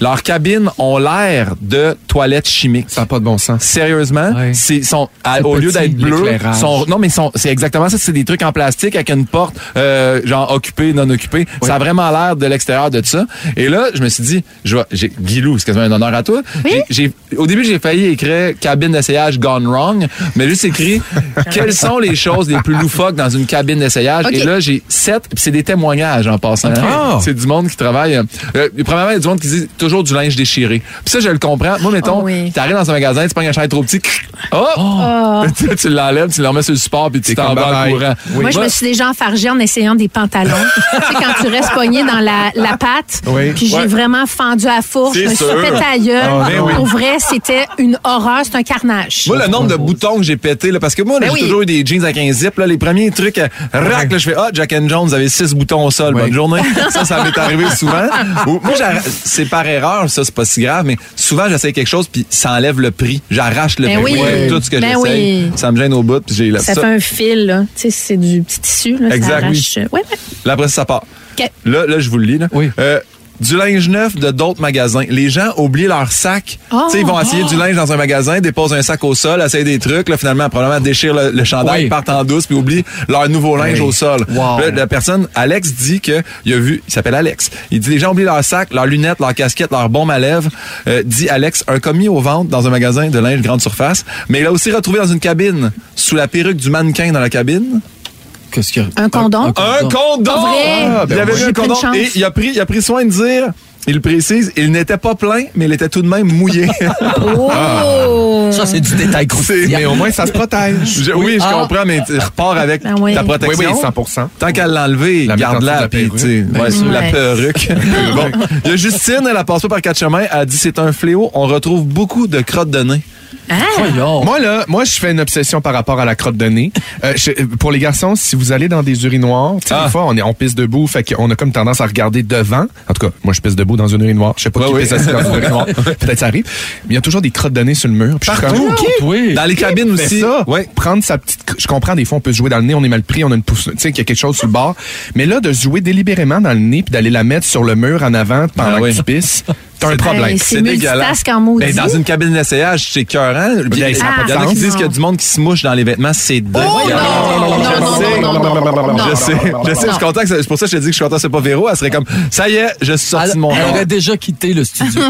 I: Leurs cabines ont l'air de toilettes chimiques.
K: Ça n'a pas de bon sens.
I: Sérieusement,
C: Ouais.
I: c'est- sont, à-
K: C'est
I: Ah, au
K: petit,
I: lieu d'être bleus,
K: l'éclairage.
I: sont, non mais sont, c'est exactement ça. C'est des trucs en plastique avec une porte euh, genre occupée, non occupée. Ça a vraiment l'air de l'extérieur de ça. Et là, je me suis dit, je vais, j'ai, Guilou, c'est quasiment un honneur à toi. J'ai, j'ai- au début, j'ai failli écrire cabine d'essayage gone wrong, mais juste écrit quelles sont les choses les plus loufoques dans une cabine d'essayage.
B: Ok.
I: Et là, j'ai sept. puis c'est des témoignages en passant. Hein?
K: Ah.
I: C'est du monde qui travaille. euh, euh, premièrement, il y a du monde qui dit toujours du linge déchiré. Puis ça, je le comprends. Moi, mettons,
B: Ah oui.
I: t'arrives dans un magasin, tu prends un chandail trop petit. cric, Oh! tu tu l'enlèves, tu le remets sur le support, puis tu
K: C'est
I: t'en
K: comme
I: vas en
K: bye-bye.
I: courant.
K: Oui.
J: Ah. Moi, je me suis déjà enfargée en essayant des pantalons. tu sais, quand tu restes pogné dans la, la pâte,
K: Oui.
J: puis j'ai
I: Ouais.
J: vraiment fendu à fourche,
I: C'est
J: je me suis
I: sûr.
J: pété à gueule.
K: Ah, ben oui.
J: Pour vrai, c'était une horreur, c'est un carnage.
I: Moi, le nombre de boutons que j'ai pété, là, parce que moi, là,
J: Ben
I: j'ai
J: oui.
I: toujours eu des jeans avec un zip. Là, les premiers trucs, euh, rac, là, je fais Ah, Jack and Jones avait six boutons au sol.
K: Oui.
I: Bonne journée. ça, ça m'est arrivé souvent. Ou- moi, j'arr- c'est par erreur, ça, c'est pas si grave, mais souvent, j'essaye quelque chose, puis ça enlève le prix. J'arrache le
J: Ben
I: prix.
J: oui.
I: de Tout ce que
J: Ben
I: j'essaye.
J: oui.
I: Ça me gêne au bout, puis j'ai là.
J: Ça,
I: ça-
J: fait un fil, là. Tu sais, c'est du petit tissu, là.
I: Exact,
J: Ça arrache. Ouais, ouais.
I: Là, après ça, ça part.
J: OK.
I: Là, là, je vous le lis. Là.
C: Oui.
I: Euh, du linge neuf de d'autres magasins. Les gens oublient leur sac.
J: Oh.
I: tu sais, ils vont essayer du linge dans un magasin, déposent un sac au sol, essayent des trucs. Là, finalement, probablement déchirent le, le chandail,
C: Oui.
I: partent en douce, puis oublient leur nouveau linge au sol.
C: Wow.
I: Là, la personne, Alex, dit que il a vu, il s'appelle Alex. Il dit les gens oublient leur sac, leurs lunettes, leur casquette, leur bombe à lèvres. Euh, dit Alex, un commis aux ventes dans un magasin de linge grande surface. Mais il a aussi retrouvé dans une cabine, sous la perruque du mannequin dans la cabine,
C: Qu'est-ce qu'il y a?
J: Un condom.
I: un condom!
J: Pas vrai.
I: Ah, ben il avait
J: J'ai
I: vu un
J: pris une
I: condom
J: chance.
I: et il a, pris, il a pris soin de dire, il le précise, il n'était pas plein, mais il était tout de même mouillé.
K: Oh!
I: Ah.
J: Oh!
C: Ça, c'est du détail
I: C'est-
C: croustillant.
K: Mais au moins, ça se protège.
I: Je- oui, je
C: Ah.
I: comprends, mais tu repars avec
J: Ben oui.
I: ta
K: Oui,
I: protection.
K: oui, 100
I: Tant qu'à l'enlever,
K: La mettre en
I: garde-la.
K: dessous de la
I: puis, tu sais,
K: perruque.
I: ouais, sous La
J: Ouais.
I: perruque. bon. Il y a Justine, elle a passé pas par quatre chemins. Elle a dit c'est un fléau. On retrouve beaucoup de crottes de nez.
J: Ah.
C: Voyons.
K: Moi, là, moi, je fais une obsession par rapport à la crotte de nez. Euh, je- pour les garçons, si vous allez dans des urinoirs, tu sais,
I: Ah.
K: des fois, on, est, on pisse debout, fait qu'on a comme tendance à regarder devant. En tout cas, moi, je pisse debout dans une urinoir. Je sais pas
I: Ouais,
K: qui
I: oui.
K: pisse assis dans une urinoire. Peut-être ça arrive. Mais il y a toujours des crottes de nez sur le mur. Puis je suis comme,
C: Oui.
I: Dans les cabines
K: mais
I: aussi.
K: ça,
I: Ouais.
K: prendre sa petite. cr- Je comprends, des fois, on peut se jouer dans le nez, on est mal pris, on a une pousse. Tu sais, qu'il y a quelque chose sur le bord. Mais là, de se jouer délibérément dans le nez puis d'aller la mettre sur le mur en avant pendant
I: Ah oui.
K: que tu pisses, t'as un problème.
J: Hey,
I: c'est
J: c'est
I: dégueulasse.
J: multitask en maudit.
I: Ben, dans une cabine d'essayage, c'est écœurant. Puis,
K: Ben,
I: Il
K: ça a
J: pas de
I: y en a
J: sens.
I: qui disent qu'il y a du monde qui se mouche dans les vêtements. C'est
J: Oh,
I: dégueulasse.
J: non, non, non, non, non, non, non, non, non.
I: Je sais, je sais, je suis content. que ça- C'est pour ça que je te dis que je suis content que c'est pas Véro. Elle serait comme, ça y est, je suis sorti
C: Elle,
I: de mon
C: elle
I: corps.
C: aurait déjà quitté le studio.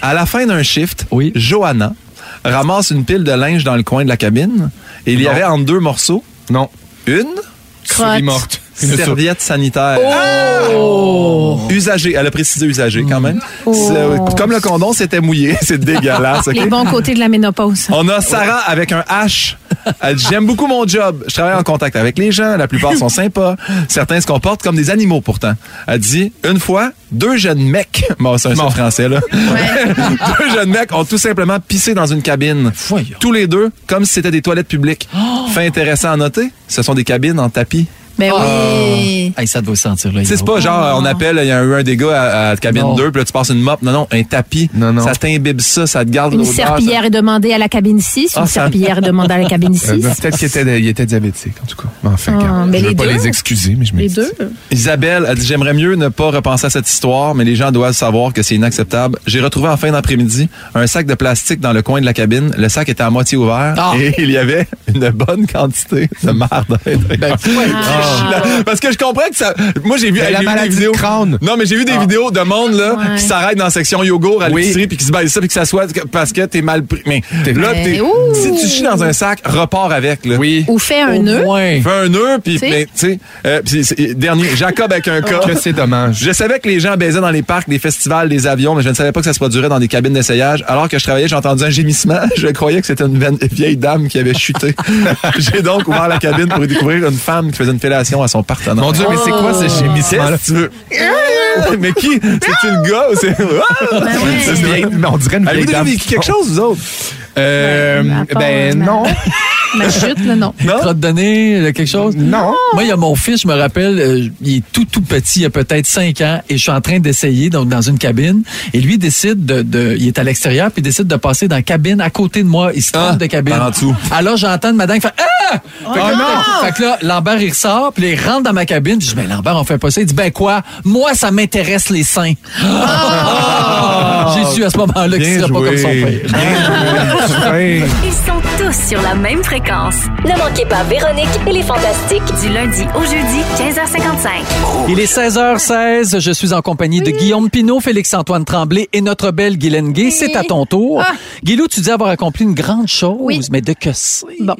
I: À la fin d'un shift,
C: Oui.
I: Johanna ramasse une pile de linge dans le coin de la cabine. Et il y
K: Non.
I: avait en deux morceaux
K: Non.
I: une
K: Souris morte. Une souris.
I: serviette sanitaire.
J: Oh!
I: Ah! Usagée. Elle a précisé usagée quand même. C'est- euh, Comme le condom, c'était mouillé. C'est dégueulasse. ok? Ah,
J: Les bons côtés de la ménopause.
I: On a Sarah avec un H. Elle dit, J'aime beaucoup mon job. Je travaille en contact avec les gens. La plupart sont sympas. Certains se comportent comme des animaux pourtant. Elle dit Une fois, deux jeunes mecs, bon, c'est un seul français là. deux jeunes mecs ont tout simplement pissé dans une cabine.
C: Voyons. Oh.
I: Tous les deux, comme si c'était des toilettes publiques. Fait intéressant à noter, ce sont des cabines en tapis. Ah.
J: Mais Ben oui.
C: Hey, ça doit sentir là.
I: Tu sais, C'est pas genre, on appelle, il y a eu un dégât à, à cabine
C: Non.
I: 2, puis là, tu passes une mop. Non, non, un tapis.
K: Non, non.
I: Ça t'imbibe ça, ça te garde
J: Une
I: l'odeur, ça-
J: serpillière est demandée à la cabine 6.
I: Ah,
J: Une
I: ça-
J: serpillière est demandée à la cabine 6.
K: Euh, ben, Peut-être qu'il était, il était diabétique, en tout cas. Mais Enfin,
J: Ah,
K: regarde,
J: mais
K: je veux
J: les
K: pas
J: deux.
K: les excuser, mais je me
J: Les
K: dis-
J: deux.
I: Isabelle a dit J'aimerais mieux ne pas repenser à cette histoire, mais les gens doivent savoir que c'est inacceptable. J'ai retrouvé en fin d'après-midi un sac de plastique dans le coin de la cabine. Le sac était à moitié ouvert
C: Ah.
I: et il y avait une bonne quantité de marde. à l'intérieur. Je suis là- Parce que je comprends que ça. Moi, j'ai vu.
K: Ben,
I: j'ai vu
K: la
I: des
K: maladie
I: vidéos.
K: de crâne. Ah.
I: Non, mais j'ai vu des vidéos de monde là,
J: Ouais.
I: qui s'arrête dans la section yogourt à
K: Oui.
I: l'épicerie puis qui se baisse ça puis que ça soit parce que t'es mal pris. Mais
K: T'es-
I: là,
J: Mais
I: t'es-
J: ouh.
I: si tu chies dans un sac, repars avec. Là.
K: Oui.
J: Ou fait un nœud.
I: Fais un nœud, puis
J: T'sais.
I: ben, tu sais. euh, puis c'est- dernier, Jacob avec un cas.
K: Que c'est dommage.
I: Je savais que les gens baisaient dans les parcs, les festivals, les avions, mais je ne savais pas que ça se produirait dans des cabines d'essayage. Alors que je travaillais, j'ai entendu un gémissement. Je croyais que c'était une veine- vieille dame qui avait chuté. j'ai donc ouvert la cabine pour y découvrir une femme qui faisait une fellation à son partenaire. Oh.
K: Mon Dieu, mais c'est quoi ce gémissement-là?
I: Qu'est-ce que tu veux? mais qui? C'est-tu le gars ou c'est...
K: C'est une vieille- mais On dirait une vieille
I: Avez-vous déjà
K: dame. Oh.
I: vécu quelque chose, vous autres?
K: Euh,
J: Ouais, à part,
K: ben
J: euh,
K: non.
J: Ma chute, là, non.
I: Non?
C: Crotte de nez, là, quelque chose?
K: Non.
C: Moi, il y a mon fils, je me rappelle, euh, il est tout, tout petit, il a peut-être 5 ans, et je suis en train d'essayer donc, dans une cabine. Et lui, il décide de, de- Il est à l'extérieur, puis il décide de passer dans la cabine à côté de moi. Il se trompe
I: Ah,
C: de cabine.
I: par en dessous.
C: Alors, j'entends une madame qui fait Ah! Fait que,
K: Oh
C: là,
K: non!
C: fait que là, Lambert, il ressort, puis là, il rentre dans ma cabine. Je dis, ben Lambert, on fait pas ça. Il dit, ben quoi? Moi, ça m'intéresse les seins.
K: Ah!
C: J'ai su à ce moment-là qu'il serait pas comme son père.
A: Ils sont tous sur la même fréquence. Ne manquez pas Véronique et les Fantastiques du lundi au jeudi 15h55.
C: Il est 16h16, je suis en compagnie de Guillaume Pinault, Félix-Antoine Tremblay et notre belle Guylaine Gay. C'est à ton tour.
J: Ah.
C: Guilou, tu dis avoir accompli une grande chose, mais de que c'est?
J: Bon.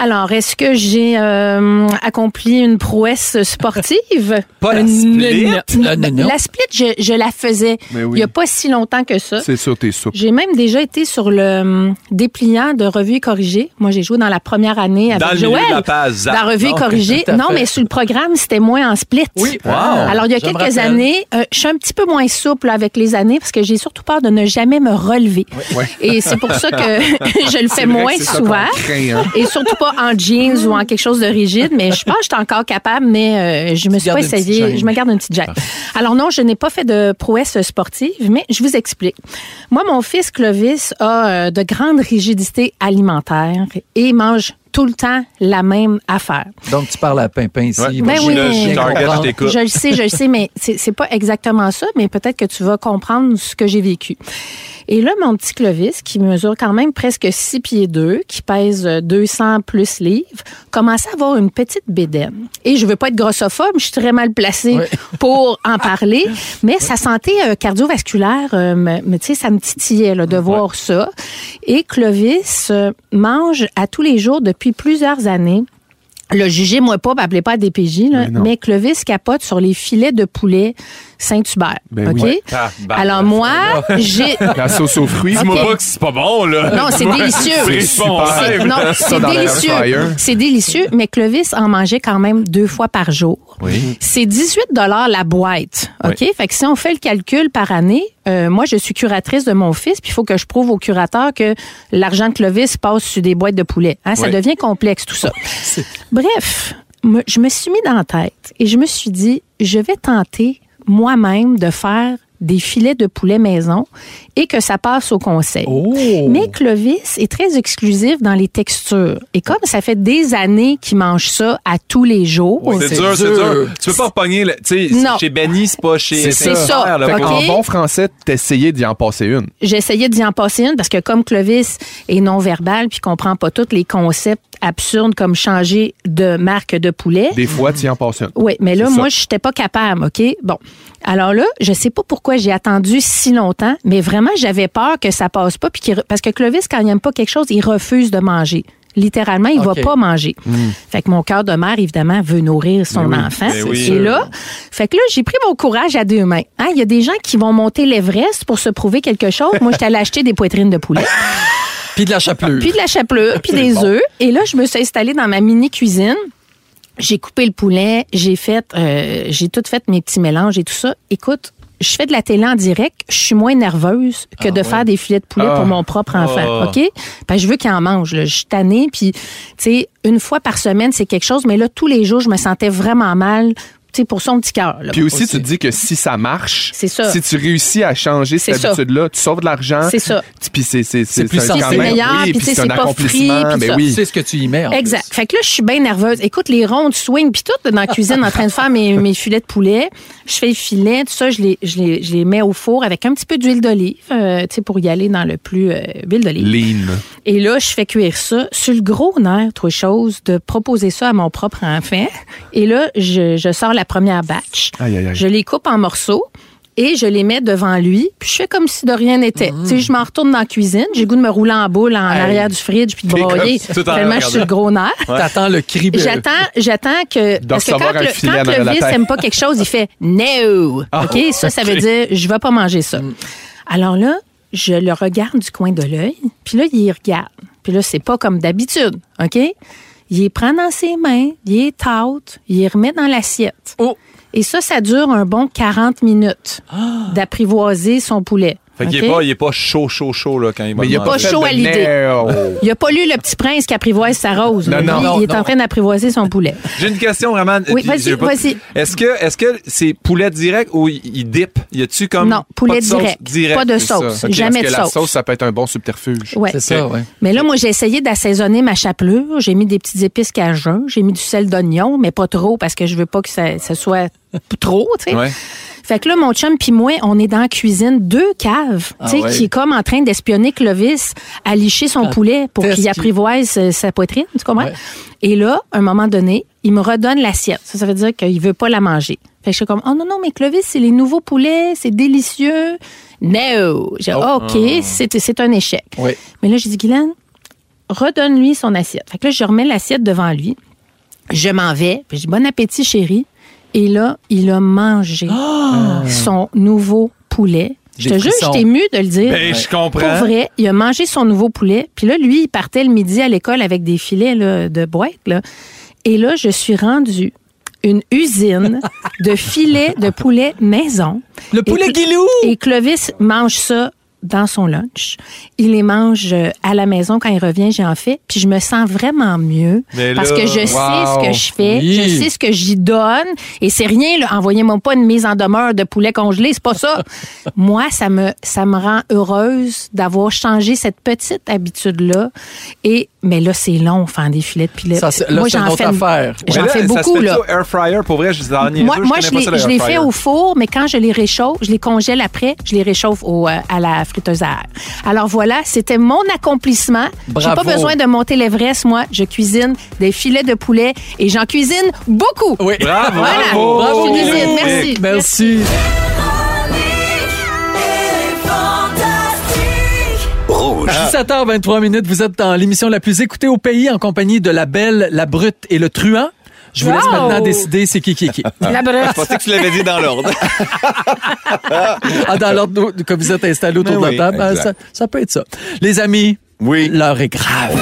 J: Alors, est-ce que j'ai euh, accompli une prouesse sportive?
C: Pas la
J: Euh,
C: split.
J: non,
C: Non, non,
J: non.
C: non.
J: La split, je, je la faisais
K: Mais oui.
J: il n'y a pas si longtemps que ça.
K: C'est sûr, t'es soupe.
J: J'ai même déjà été sur le hum, dépliant de Revue et Corrigée. Moi, j'ai joué dans la première année avec
L: Dans le milieu
J: Joël.
L: de la page, zap.
J: Dans Revue et
L: Donc,
J: Corrigée.
L: tout à
J: Non,
L: fait.
J: mais sur le programme, c'était moins en split.
L: Oui. Wow.
J: Alors, il y a
L: Je me
J: quelques
L: rappelle.
J: années, euh, je suis un petit peu moins souple avec les années parce que j'ai surtout peur de ne jamais me relever. Et c'est pour ça que je le
L: C'est vrai
J: fais moins
L: que c'est ça qu'on
J: souvent.
L: craint, hein?
J: Et surtout pas en jeans ou en quelque chose de rigide, mais je pense que je suis encore capable, mais euh, je me suis
L: gardes
J: pas
L: une petite
J: essayé.
L: gêne.
J: Je me garde une petite gêne. Alors non, je n'ai pas fait de prouesse sportive, mais je vous explique. Moi, mon fils Clovis a euh, de grandes rigidités alimentaires et mange tout le temps la même affaire.
C: Donc, tu parles à Pimpin ici. Il va
J: Ben
C: bien
J: oui,
C: comprendre.
J: je le sais, je le sais, mais c'est c'est pas exactement ça, mais peut-être que tu vas comprendre ce que j'ai vécu. Et là, mon petit Clovis, qui mesure quand même presque 6 pieds 2, qui pèse euh, 200 plus livres, commençait à avoir une petite bédaine. Et je veux pas être grossophobe, je suis très mal placée pour en parler, mais sa santé euh, cardiovasculaire, euh, me- me- tu sais, ça me titillait là, de voir ça. Et Clovis euh, mange à tous les jours depuis plusieurs années le jugez-moi pas, ben, appelez pas à DPJ, là, mais, Clovis capote sur les filets de poulet Saint-Hubert.
K: Ben
J: OK?
K: oui. Ouais. Ah, ben,
J: Alors, moi, Ah, j'ai.
K: La sauce aux fruits.
J: Ok.
K: Dis-moi pas que c'est pas bon, là.
J: Non, c'est
K: Ouais,
J: délicieux.
K: c'est super.
J: C'est- non,
K: Ça
J: c'est
K: dans l'air fryer.
J: délicieux. C'est délicieux, mais Clovis en mangeait quand même deux fois par jour.
L: Oui.
J: C'est 18 la boîte. OK?
L: Mm. Oui.
J: Fait que si on fait le calcul par année, euh, moi, je suis curatrice de mon fils, puis il faut que je prouve au curateur que l'argent de Clovis passe sur des boîtes de poulet. Hein, Ça
L: Oui.
J: devient complexe, tout ça. Bref, me- je me suis mis dans la tête et je me suis dit, je vais tenter moi-même de faire des filets de poulet maison et que ça passe au conseil.
L: Oh!
J: Mais Clovis est très exclusif dans les textures. Et comme ça fait des années qu'il mange ça à tous les jours...
L: C'est dur, c'est dur. Tu peux pas repogner, le- tu sais,
J: Non.
L: chez Benny, c'est pas chez. Saint-Hubert, là,
K: Fait qu'en
L: pour-
K: bon français, t'essayais d'y en passer une.
J: J'essayais d'y en passer une parce que comme Clovis est non-verbal puis comprend pas tous les concepts absurdes comme changer de marque de poulet.
K: Des fois, t'y en passes une.
J: Oui, mais là,
K: C'est ça.
J: moi, je n'étais pas capable, OK? Bon. Alors là, je sais pas pourquoi j'ai attendu si longtemps, mais vraiment, j'avais peur que ça passe pas. Puis qu'il re- Parce que Clovis, quand il n'aime pas quelque chose, il refuse de manger. Littéralement, il
L: Ok.
J: va pas manger.
L: Mm.
J: Fait que mon cœur de mère, évidemment, veut nourrir son
L: Mais Ben oui,
J: enfant.
L: mais oui.
J: Et là, fait que là, j'ai pris mon courage à deux mains. Hein, Il y a des gens qui vont monter l'Everest pour se prouver quelque chose. Moi, j'étais allée acheter des poitrines de poulet.
C: Puis de la chapelure.
J: Puis de la chapelure, puis des
C: Bon.
J: œufs. Et là, je me suis installée dans ma mini cuisine. J'ai coupé le poulet, j'ai fait, euh, j'ai tout fait mes petits mélanges et tout ça. Écoute, je fais de la télé en direct, je suis moins nerveuse que de faire des filets de poulet
L: Ah.
J: pour mon propre enfant,
L: Ah.
J: ok Parce que je veux qu'il en mange. là. Je suis tannée, puis tu sais, une fois par semaine c'est quelque chose, mais là tous les jours je me sentais vraiment mal, tu sais, pour son petit cœur. là.
K: Puis aussi, tu te dis que si ça marche,
J: ça.
K: si tu réussis à changer cette
J: C'est ça.
K: habitude-là, tu sauves de l'argent.
J: C'est ça.
K: Puis c'est c'est c'est
C: plus
K: c'est un-
C: sensé.
K: quand
C: C'est
K: même-
J: meilleur,
K: oui,
J: puis tu sais,
K: c'est un
J: c'est pas
K: accomplissement.
J: frit, puis
K: ben
J: ça.
K: oui.
C: C'est ce que tu y mets. en
J: Exact. Fait que là, je suis bien nerveuse. Écoute, les rondes swing, puis tout, dans la cuisine, en train de faire mes, mes filets de poulet. Je fais les filets, tout ça, je les, je les, je les mets au four avec un petit peu d'huile d'olive, euh, tu sais, pour y aller dans le plus euh, huile d'olive.
K: Lean.
J: Et là, je fais cuire ça sur le gros nerf, trois choses, de proposer ça à mon propre enfant. Et là, je, je sors la première batch.
L: Aïe, aïe, aïe.
J: Je les coupe en morceaux. Et je les mets devant lui, puis je fais comme si de rien n'était.
C: Mmh.
J: Tu sais, je m'en retourne dans la cuisine, j'ai le goût de me rouler en boule en arrière du fridge, puis de
C: T'es comme-
J: broyer.
C: Tout en
J: Tellement je suis
C: regardant.
J: le gros nerf.
C: T'attends le cri. euh,
J: J'attends, j'attends que.
C: De
J: Parce que
C: recevoir
J: quand,
C: un
J: le,
C: filet
J: quand
C: dans la
J: Clovis
C: tête.
J: n'aime pas quelque chose, il fait no.
C: Ah,
J: OK? Ça, ça
C: ok. Mm.
J: veut dire je vais pas manger ça. Alors là, je le regarde du coin de l'œil, puis là, il y regarde. Puis là, c'est pas comme d'habitude. OK? Il les prend dans ses mains, il les tâte, il les remet dans
C: Oh! Ah!
J: l'assiette. Et ça, ça dure un bon 40 minutes d'apprivoiser son poulet.
L: Fait qu'il
J: OK?
L: est pas, il est pas chaud, chaud, chaud là, quand il va
J: Mais il a
L: manger.
J: pas chaud à l'idée. Il a pas lu Le Petit Prince qui apprivoise sa rose.
L: Non,
J: Lui,
L: non,
J: il
L: non,
J: est en
L: non.
J: train d'apprivoiser son poulet.
L: J'ai une question vraiment.
J: Oui,
L: puis
J: vas-y,
L: j'ai pas-
J: vas-y.
L: Est-ce que, est-ce que c'est poulet direct ou il- il dip? Y a-tu comme.
J: Non, poulet direct. Pas de sauce. Jamais de
K: Parce que
J: sauce.
K: la sauce, ça peut être un bon subterfuge.
J: Ouais.
K: Ok.
J: Mais là, moi, j'ai essayé d'assaisonner ma chapelure. J'ai mis des petites épices cajun. J'ai mis du sel d'oignon, mais pas trop parce que je veux pas que ça, ça soit trop, tu sais.
M: Ouais.
J: Fait que là, mon chum puis moi, on est dans la cuisine, deux caves,
M: Ah
J: tu sais,
M: ouais.
J: qui est comme en train d'espionner Clovis à licher son
M: Ah,
J: poulet pour
M: test
J: qu'il
M: qui-
J: apprivoise euh, sa poitrine, tu comprends? Et là, à un moment donné, il me redonne l'assiette. Ça, ça veut dire qu'il veut pas la manger. Fait que je suis comme, oh non, non, mais Clovis, c'est les nouveaux poulets, c'est délicieux. No! J'ai,
M: Oh.
J: OK, c'est c'est un échec.
M: Oui.
J: Mais là, j'ai dit, Guylaine, redonne-lui son assiette. Fait que là, je remets l'assiette devant lui. Je m'en vais. Puis je dis, bon appétit, chérie. Et là, il a mangé son nouveau poulet. Je
M: Des
J: te jure,
M: frissons.
J: j'étais émue de le dire.
M: Ben, je comprends.
J: Pour vrai, il a mangé son nouveau poulet. Puis là, lui, il partait le midi à l'école avec des filets là, de boîte. là. Et là, je suis rendue une usine de filets de poulet maison.
M: Le poulet
J: Et Cl- Et Clovis mange ça dans son lunch. Il les mange euh, à la maison quand il revient, j'en fais. Puis je me sens vraiment mieux
M: Mais
J: parce
M: là,
J: que je sais
M: wow.
J: ce que je fais,
M: Oui.
J: je sais ce que j'y donne. Et c'est rien, là. envoyez-moi pas une mise en demeure de poulet congelé, c'est pas ça. Moi, ça me, ça me rend heureuse d'avoir changé cette petite habitude-là. Et, mais là, c'est long, faire des filets de poulet.
C: Ça, c'est- là,
J: Moi,
C: c'est une
J: j'en
C: autre
J: fais,
C: affaire.
J: j'en
L: Mais
J: fais
L: ça se
J: beaucoup,
L: fait
J: là.
L: ça au air fryer, pour vrai, je dis, ah, niaiseux,
J: Moi, moi,
L: connais
J: je
L: pas
J: les,
L: ça, le
J: je
L: air
J: les
L: fryer.
J: fais au four, mais quand je les réchauffe, je les congèle après, je les réchauffe au, euh, à la friteuse à air. Alors voilà, c'était mon accomplissement. J'ai pas
M: Bravo.
J: besoin de monter l'Everest, moi. Je cuisine des filets de poulet et j'en cuisine beaucoup. Oui.
M: Bravo.
J: Voilà.
M: Bravo.
J: Je cuisine.
M: Bravo.
J: Merci.
C: Ben Merci.
N: Rouge.
C: Ah. 17h23 minutes, vous êtes dans l'émission la plus écoutée au pays en compagnie de la belle, la brute et le truand. Je vous laisse
M: Wow.
C: maintenant décider c'est qui qui est qui.
M: La brute. Je pensais
L: Ah, que tu l'avais dit dans l'ordre.
C: ah, dans l'ordre que vous êtes installé autour
L: Mais
C: de la
L: oui,
C: table, ah,
L: exact.
C: ça, ça peut être ça. Les amis,
N: oui.
C: l'heure est grave.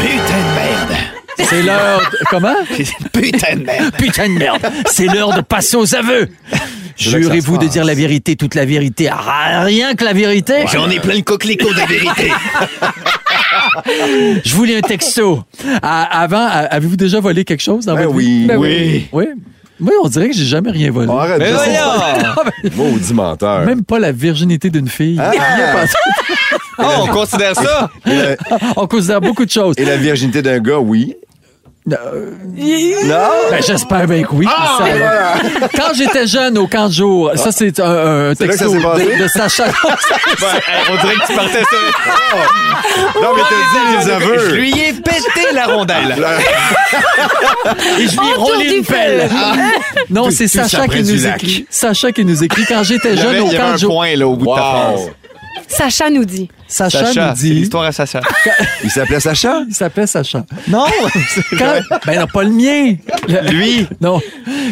N: Putain de merde.
C: C'est l'heure. de- Comment?
N: Putain de merde.
C: Putain de merde. C'est l'heure de passer aux aveux.
N: C'est là que ça
C: Jurez-vous
N: se
C: de
N: passe.
C: dire la vérité, toute la vérité, ah, rien que la vérité.
N: J'en ai plein le coquelicot de vérité.
C: Je voulais un texto. À- avant, à- avez-vous déjà volé quelque chose dans votre
N: oui,
C: vie?
N: Ben oui.
C: Oui. Moi, on dirait que j'ai jamais rien volé.
N: Arrête de
C: Euh,
N: dire ça. Maudit menteur.
C: Même pas la virginité d'une fille.
N: Ah.
C: Rien passé.
N: Oh, on considère ça?
C: on considère beaucoup de choses. Euh,
N: Et la virginité d'un gars, oui. Non?
C: Ben, j'espère bien que oui.
N: Ah,
C: Ça-
N: voilà.
C: Quand j'étais jeune, au camp de jour, ça, c'est un, un
N: C'est là que ça
C: texto
N: s'est passé?
C: de, de Sacha.
N: on dirait que tu partais sur... Oh! Non, mais t'as dit les aveux.
M: Je lui ai pété la rondelle.
C: Ah, Et je lui ai roulé une pelle. Non,
N: Tout-
C: c'est
N: tout ça
C: Sacha
N: près
C: qui
N: du
C: nous
N: lac.
C: écrit. Sacha qui nous écrit. Quand j'étais
N: Il y
C: jeune,
N: avait-
C: au
N: il y avait
C: camp
N: un
C: de jour.
N: point, là, au bout de ta phrase.
J: Sacha nous dit.
C: Sacha, nous
N: Ah. c'est
C: dit.
N: à Sacha. Il s'appelait Sacha?
C: Il s'appelait Sacha.
N: Non!
C: Quand- ben non, pas le mien. Le-
N: Lui?
C: Non.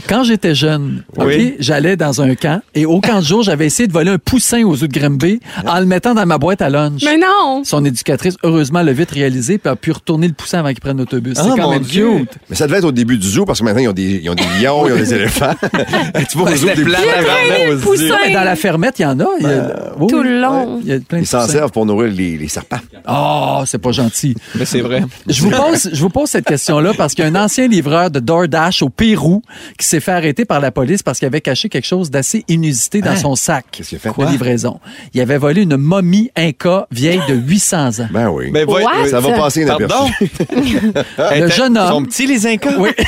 C: Quand j'étais jeune, ok,
N: Oui.
C: j'allais dans un camp et au camp de jour, j'avais essayé de voler un poussin aux œufs de Grimby en le mettant dans ma boîte à lunch.
D: Mais non!
C: Son éducatrice, heureusement, l'a vite réalisé puis a pu retourner le poussin avant qu'il prenne l'autobus.
N: Ah,
C: C'est quand même cute.
N: Oh, Mais ça devait être au début du zoo parce que maintenant, ils ont des, ils ont des lions, ils ont des éléphants. tu
C: Ben,
N: vois, au zoo,
M: c'était
N: des
M: plat,
N: poulets.
M: la vermette, au zoo.
C: Non, mais Ben, dans la fermette, il y en a.
N: Ben,
C: il y a-
N: euh,
C: oui,
M: tout
C: oui,
M: le long.
C: ouais, Il y a plein de
N: Ils s'en
C: poussins.
N: servent pour nourrir les, les serpents.
C: Oh, c'est pas gentil.
L: Mais c'est vrai.
C: Je vous pose, je vous pose cette question-là parce qu'il y a un ancien livreur de DoorDash au Pérou qui s'est fait arrêter par la police parce qu'il avait caché quelque chose d'assez inusité dans
N: Hein?
C: son sac
N: qu'il a fait?
C: de
N: Quoi?
C: livraison. Il avait volé une momie inca vieille de 800 ans.
N: Ben oui.
L: Ben, voy- What?
N: ça va passer
L: Pardon?
N: inaperçu.
C: Le
L: Hey,
C: jeune
L: t'as- Ils
C: homme.
L: sont petits, les Incas?
C: Oui. fait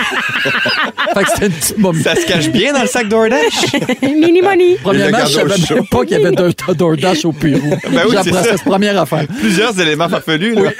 C: que c'était une petite momie.
L: Ça se cache bien dans le sac DoorDash?
D: Mini money.
C: Premièrement,
L: Il l'a gardé
C: je
L: au
C: savais même
L: chaud.
C: pas qu'il y avait deux tas DoorDash au Pérou.
L: Ben oui,
C: J'apprends
L: c'est ça.
C: cette première affaire.
L: Plusieurs éléments farfelus, là.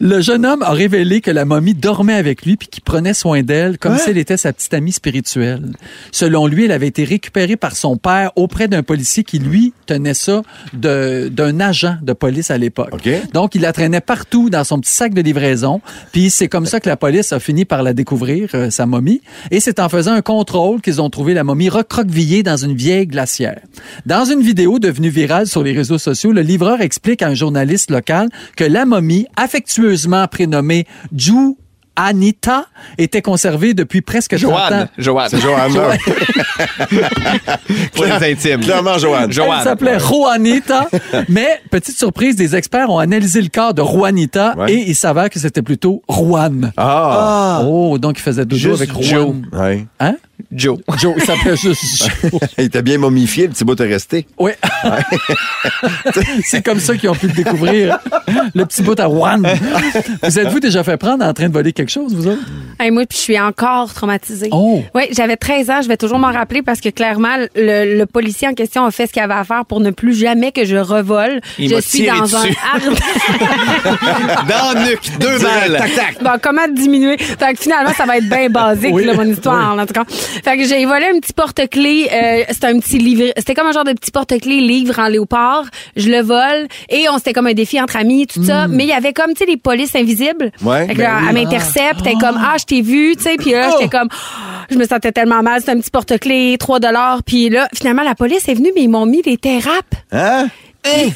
C: Le jeune homme a révélé que la momie dormait avec lui puis qu'il prenait soin d'elle comme si elle était sa petite amie spirituelle. Selon lui, elle avait été récupérée par son père auprès d'un policier qui, lui, tenait ça de- d'un agent de police à l'époque. Donc, il la traînait partout dans son petit sac de livraison. Puis c'est comme ça que la police a fini par la découvrir, euh, sa momie. Et c'est en faisant un contrôle qu'ils ont trouvé la momie recroquevillée dans une vieille glacière. Dans une vidéo devenue virale sur les réseaux sociaux, le livreur explique à un journaliste local que la momie, affectueusement prénommée Ju Anita était conservée depuis presque 30 ans.
N: Joanne. Joanne.
C: C'est Joanne.
N: Pour les intimes. Clairement, Joanne.
C: Elle s'appelait Juanita. Mais, petite surprise, des experts ont analysé le corps de Juanita et il s'avère que c'était plutôt Juan.
N: Ah.
C: Oh, donc il faisait dodo avec Juan.
N: Joe. Ouais.
C: Hein?
N: Joe.
C: Joe, il s'appelait juste Joe.
N: il était bien momifié, le petit bout est resté.
C: Oui. C'est comme ça qu'ils ont pu le découvrir. Le petit bout à Juan. Vous êtes-vous déjà fait prendre en train de voler quelque chose, vous autres?
O: Hey, moi, puis je suis encore traumatisée.
C: Oh.
O: Oui, j'avais 13 ans, je vais toujours m'en rappeler parce que clairement, le, le policier en question a fait ce qu'il avait à faire pour ne plus jamais que je revole.
M: Il
O: je
M: m'a
O: suis
M: tiré
O: dans un
M: dessus.
O: arbre.
M: Dans le nuque, deux balles. Tac, tac.
O: Bon, comment diminuer? Fait que finalement, ça va être bien basique,
M: Oui.
O: là, mon histoire, en tout cas. Fait que j'ai volé un petit porte-clés. euh, c'était un petit livre. C'était comme un genre de petit porte-clés livre en léopard. Je le vole. Et on c'était comme un défi entre amis, tout ça. Mais il y avait comme, tu sais, les polices invisibles.
M: Ouais.
O: Fait que
M: Ben
O: là,
M: oui.
O: elle m'intercepte. Elle est comme, ah, je t'ai vu, tu sais. Puis là, j'étais comme, Ah, je me sentais tellement mal. C'était un petit porte-clés, 3 dollars. Puis là, finalement, la police est venue, mais ils m'ont mis des terrapes.
N: Hein?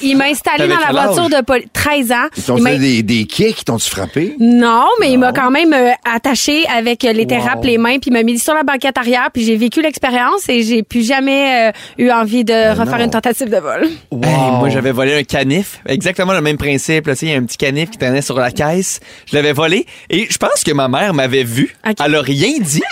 O: Ils- Ils m'ont installé
N: T'avais
O: dans la
N: quel âge?
O: voiture de police. 13 ans.
N: Ils t'ont
O: Ils m'ont-
N: fait des, des kicks, ils t'ont-tu frappé?
O: non, mais il m'a quand même euh, attaché avec euh, les terrapes, les mains, puis il m'a mis sur la banquette arrière, puis j'ai vécu l'expérience et j'ai plus jamais euh, eu envie de refaire une tentative de vol.
M: Hey, moi, j'avais volé un canif. Exactement le même principe. là. Tu sais, Il y a un petit canif qui traînait sur la caisse. Je l'avais volé. Et je pense que ma mère m'avait vu. Elle a rien dit.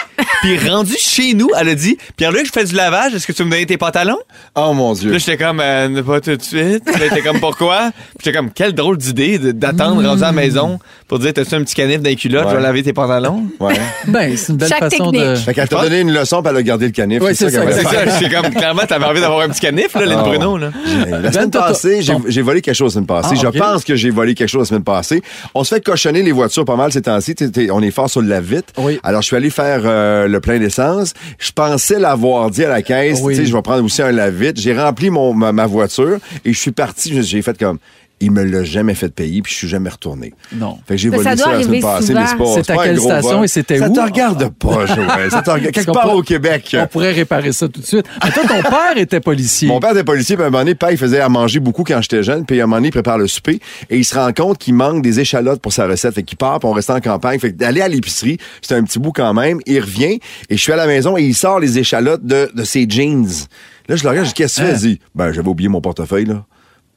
M: Puis rendu chez nous, elle a dit Pierre-Luc, je fais du lavage. Est-ce que tu veux me donner tes pantalons
N: Oh mon Dieu.
M: Là, j'étais comme Euh, Ne Pas tout de suite. Là, j'étais comme Pourquoi Puis J'étais comme Quelle drôle d'idée de- d'attendre rendu à la maison pour dire T'as-tu un petit canif d'un culotte Je vais laver tes pantalons.
N: Ouais.
C: Ben, c'est une belle façon de.
N: Fait qu'elle t'a donné une leçon, puis elle a gardé le canif.
M: Ouais, c'est ça.
N: qu'elle
M: C'est
N: va faire.
M: ça. J'étais comme Clairement, t'avais envie d'avoir un petit canif, là, Lynn
N: Ah,
M: Bruno.
N: ouais.
M: Là.
N: J'ai- La semaine
M: Ben, toi,
N: passée, j'ai j'ai volé quelque chose la semaine passée.
M: Ah, ok.
N: Je pense que j'ai volé quelque chose la semaine passée. On se fait cochonner les voitures pas mal ces temps-ci. T'es- t'es- On est fort sur le vite. Alors, je suis allé faire euh, le plein d'essence. Je pensais l'avoir dit à la caisse.
C: Oui.
N: Tu sais, Je vais prendre aussi un lave-vite. J'ai rempli mon, ma, ma voiture et je suis parti. J'ai- J'ai fait comme... Il me l'a jamais fait payer, puis je suis jamais retourné.
C: Non.
N: Fait que j'ai
C: Mais
N: volé
C: ça
N: Ben, ça,
C: doit
N: la semaine
C: arriver
N: passée,
C: souvent.
N: mais c'est pas-
C: C'est à
N: pas un
C: quelle
N: gros
C: station
N: vol.
C: et c'était où?
N: Ça te regarde pas, Joël. Ça te regarde. Quelque part au Québec.
C: On pourrait réparer ça tout de suite. Mais toi, ton père était policier.
N: Mon père était policier, puis à un moment donné, père, il faisait à manger beaucoup quand j'étais jeune, puis à un moment donné, il prépare le souper, et il se rend compte qu'il manque des échalotes pour sa recette, fait qu'il part, puis on reste en campagne, fait que d'aller à l'épicerie, c'était un petit bout quand même, il revient, et je suis à la maison, et il sort les échalotes de, de ses jeans. Là, je le regarde, je dis, qu'est-ce que tu fais? Il dit, ben, j'avais oublié mon portefeuille, là.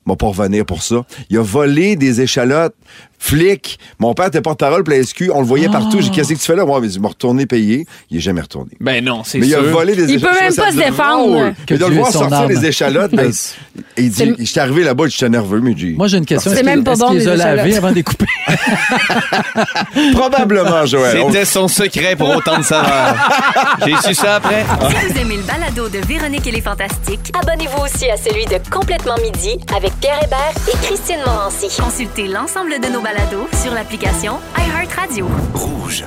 N: M'a pas revenir pour ça. Il a volé des échalotes. Flic. Mon père était porte-parole pour la SQ. On le voyait partout. J'ai dit, qu'est-ce que tu fais là? Moi, il m'a retourné payer. Il est jamais retourné.
M: Ben non, c'est
N: Mais il a
M: sûr.
N: volé des
O: Il peut
N: échalotes.
O: même
N: Je trouve
O: pas
N: ça
O: se défendre.
N: drôle.
O: Que
N: Mais de le
C: Dieu
N: voir
C: ait son
N: sortir
C: âme.
N: les échalotes, ben, il dit, je suis arrivé là-bas, j'étais nerveux, mais j'ai.
C: Moi, j'ai une question.
N: C'est
C: Est-ce
N: même
C: qu'il-
N: pas
C: est-ce
N: bon,
C: qu'il les
N: les
C: a lavés
N: échalotes.
C: avant de les couper?
N: Probablement, Joël.
M: C'était son secret pour autant de saveur. J'ai su ça après.
A: Si vous aimez le balado de Véronique et les Fantastiques, abonnez-vous aussi à celui de Complètement Midi avec Pierre Hébert et Christine Morancy. Consultez l'ensemble de nos balados sur l'application iHeartRadio.
M: Rouge.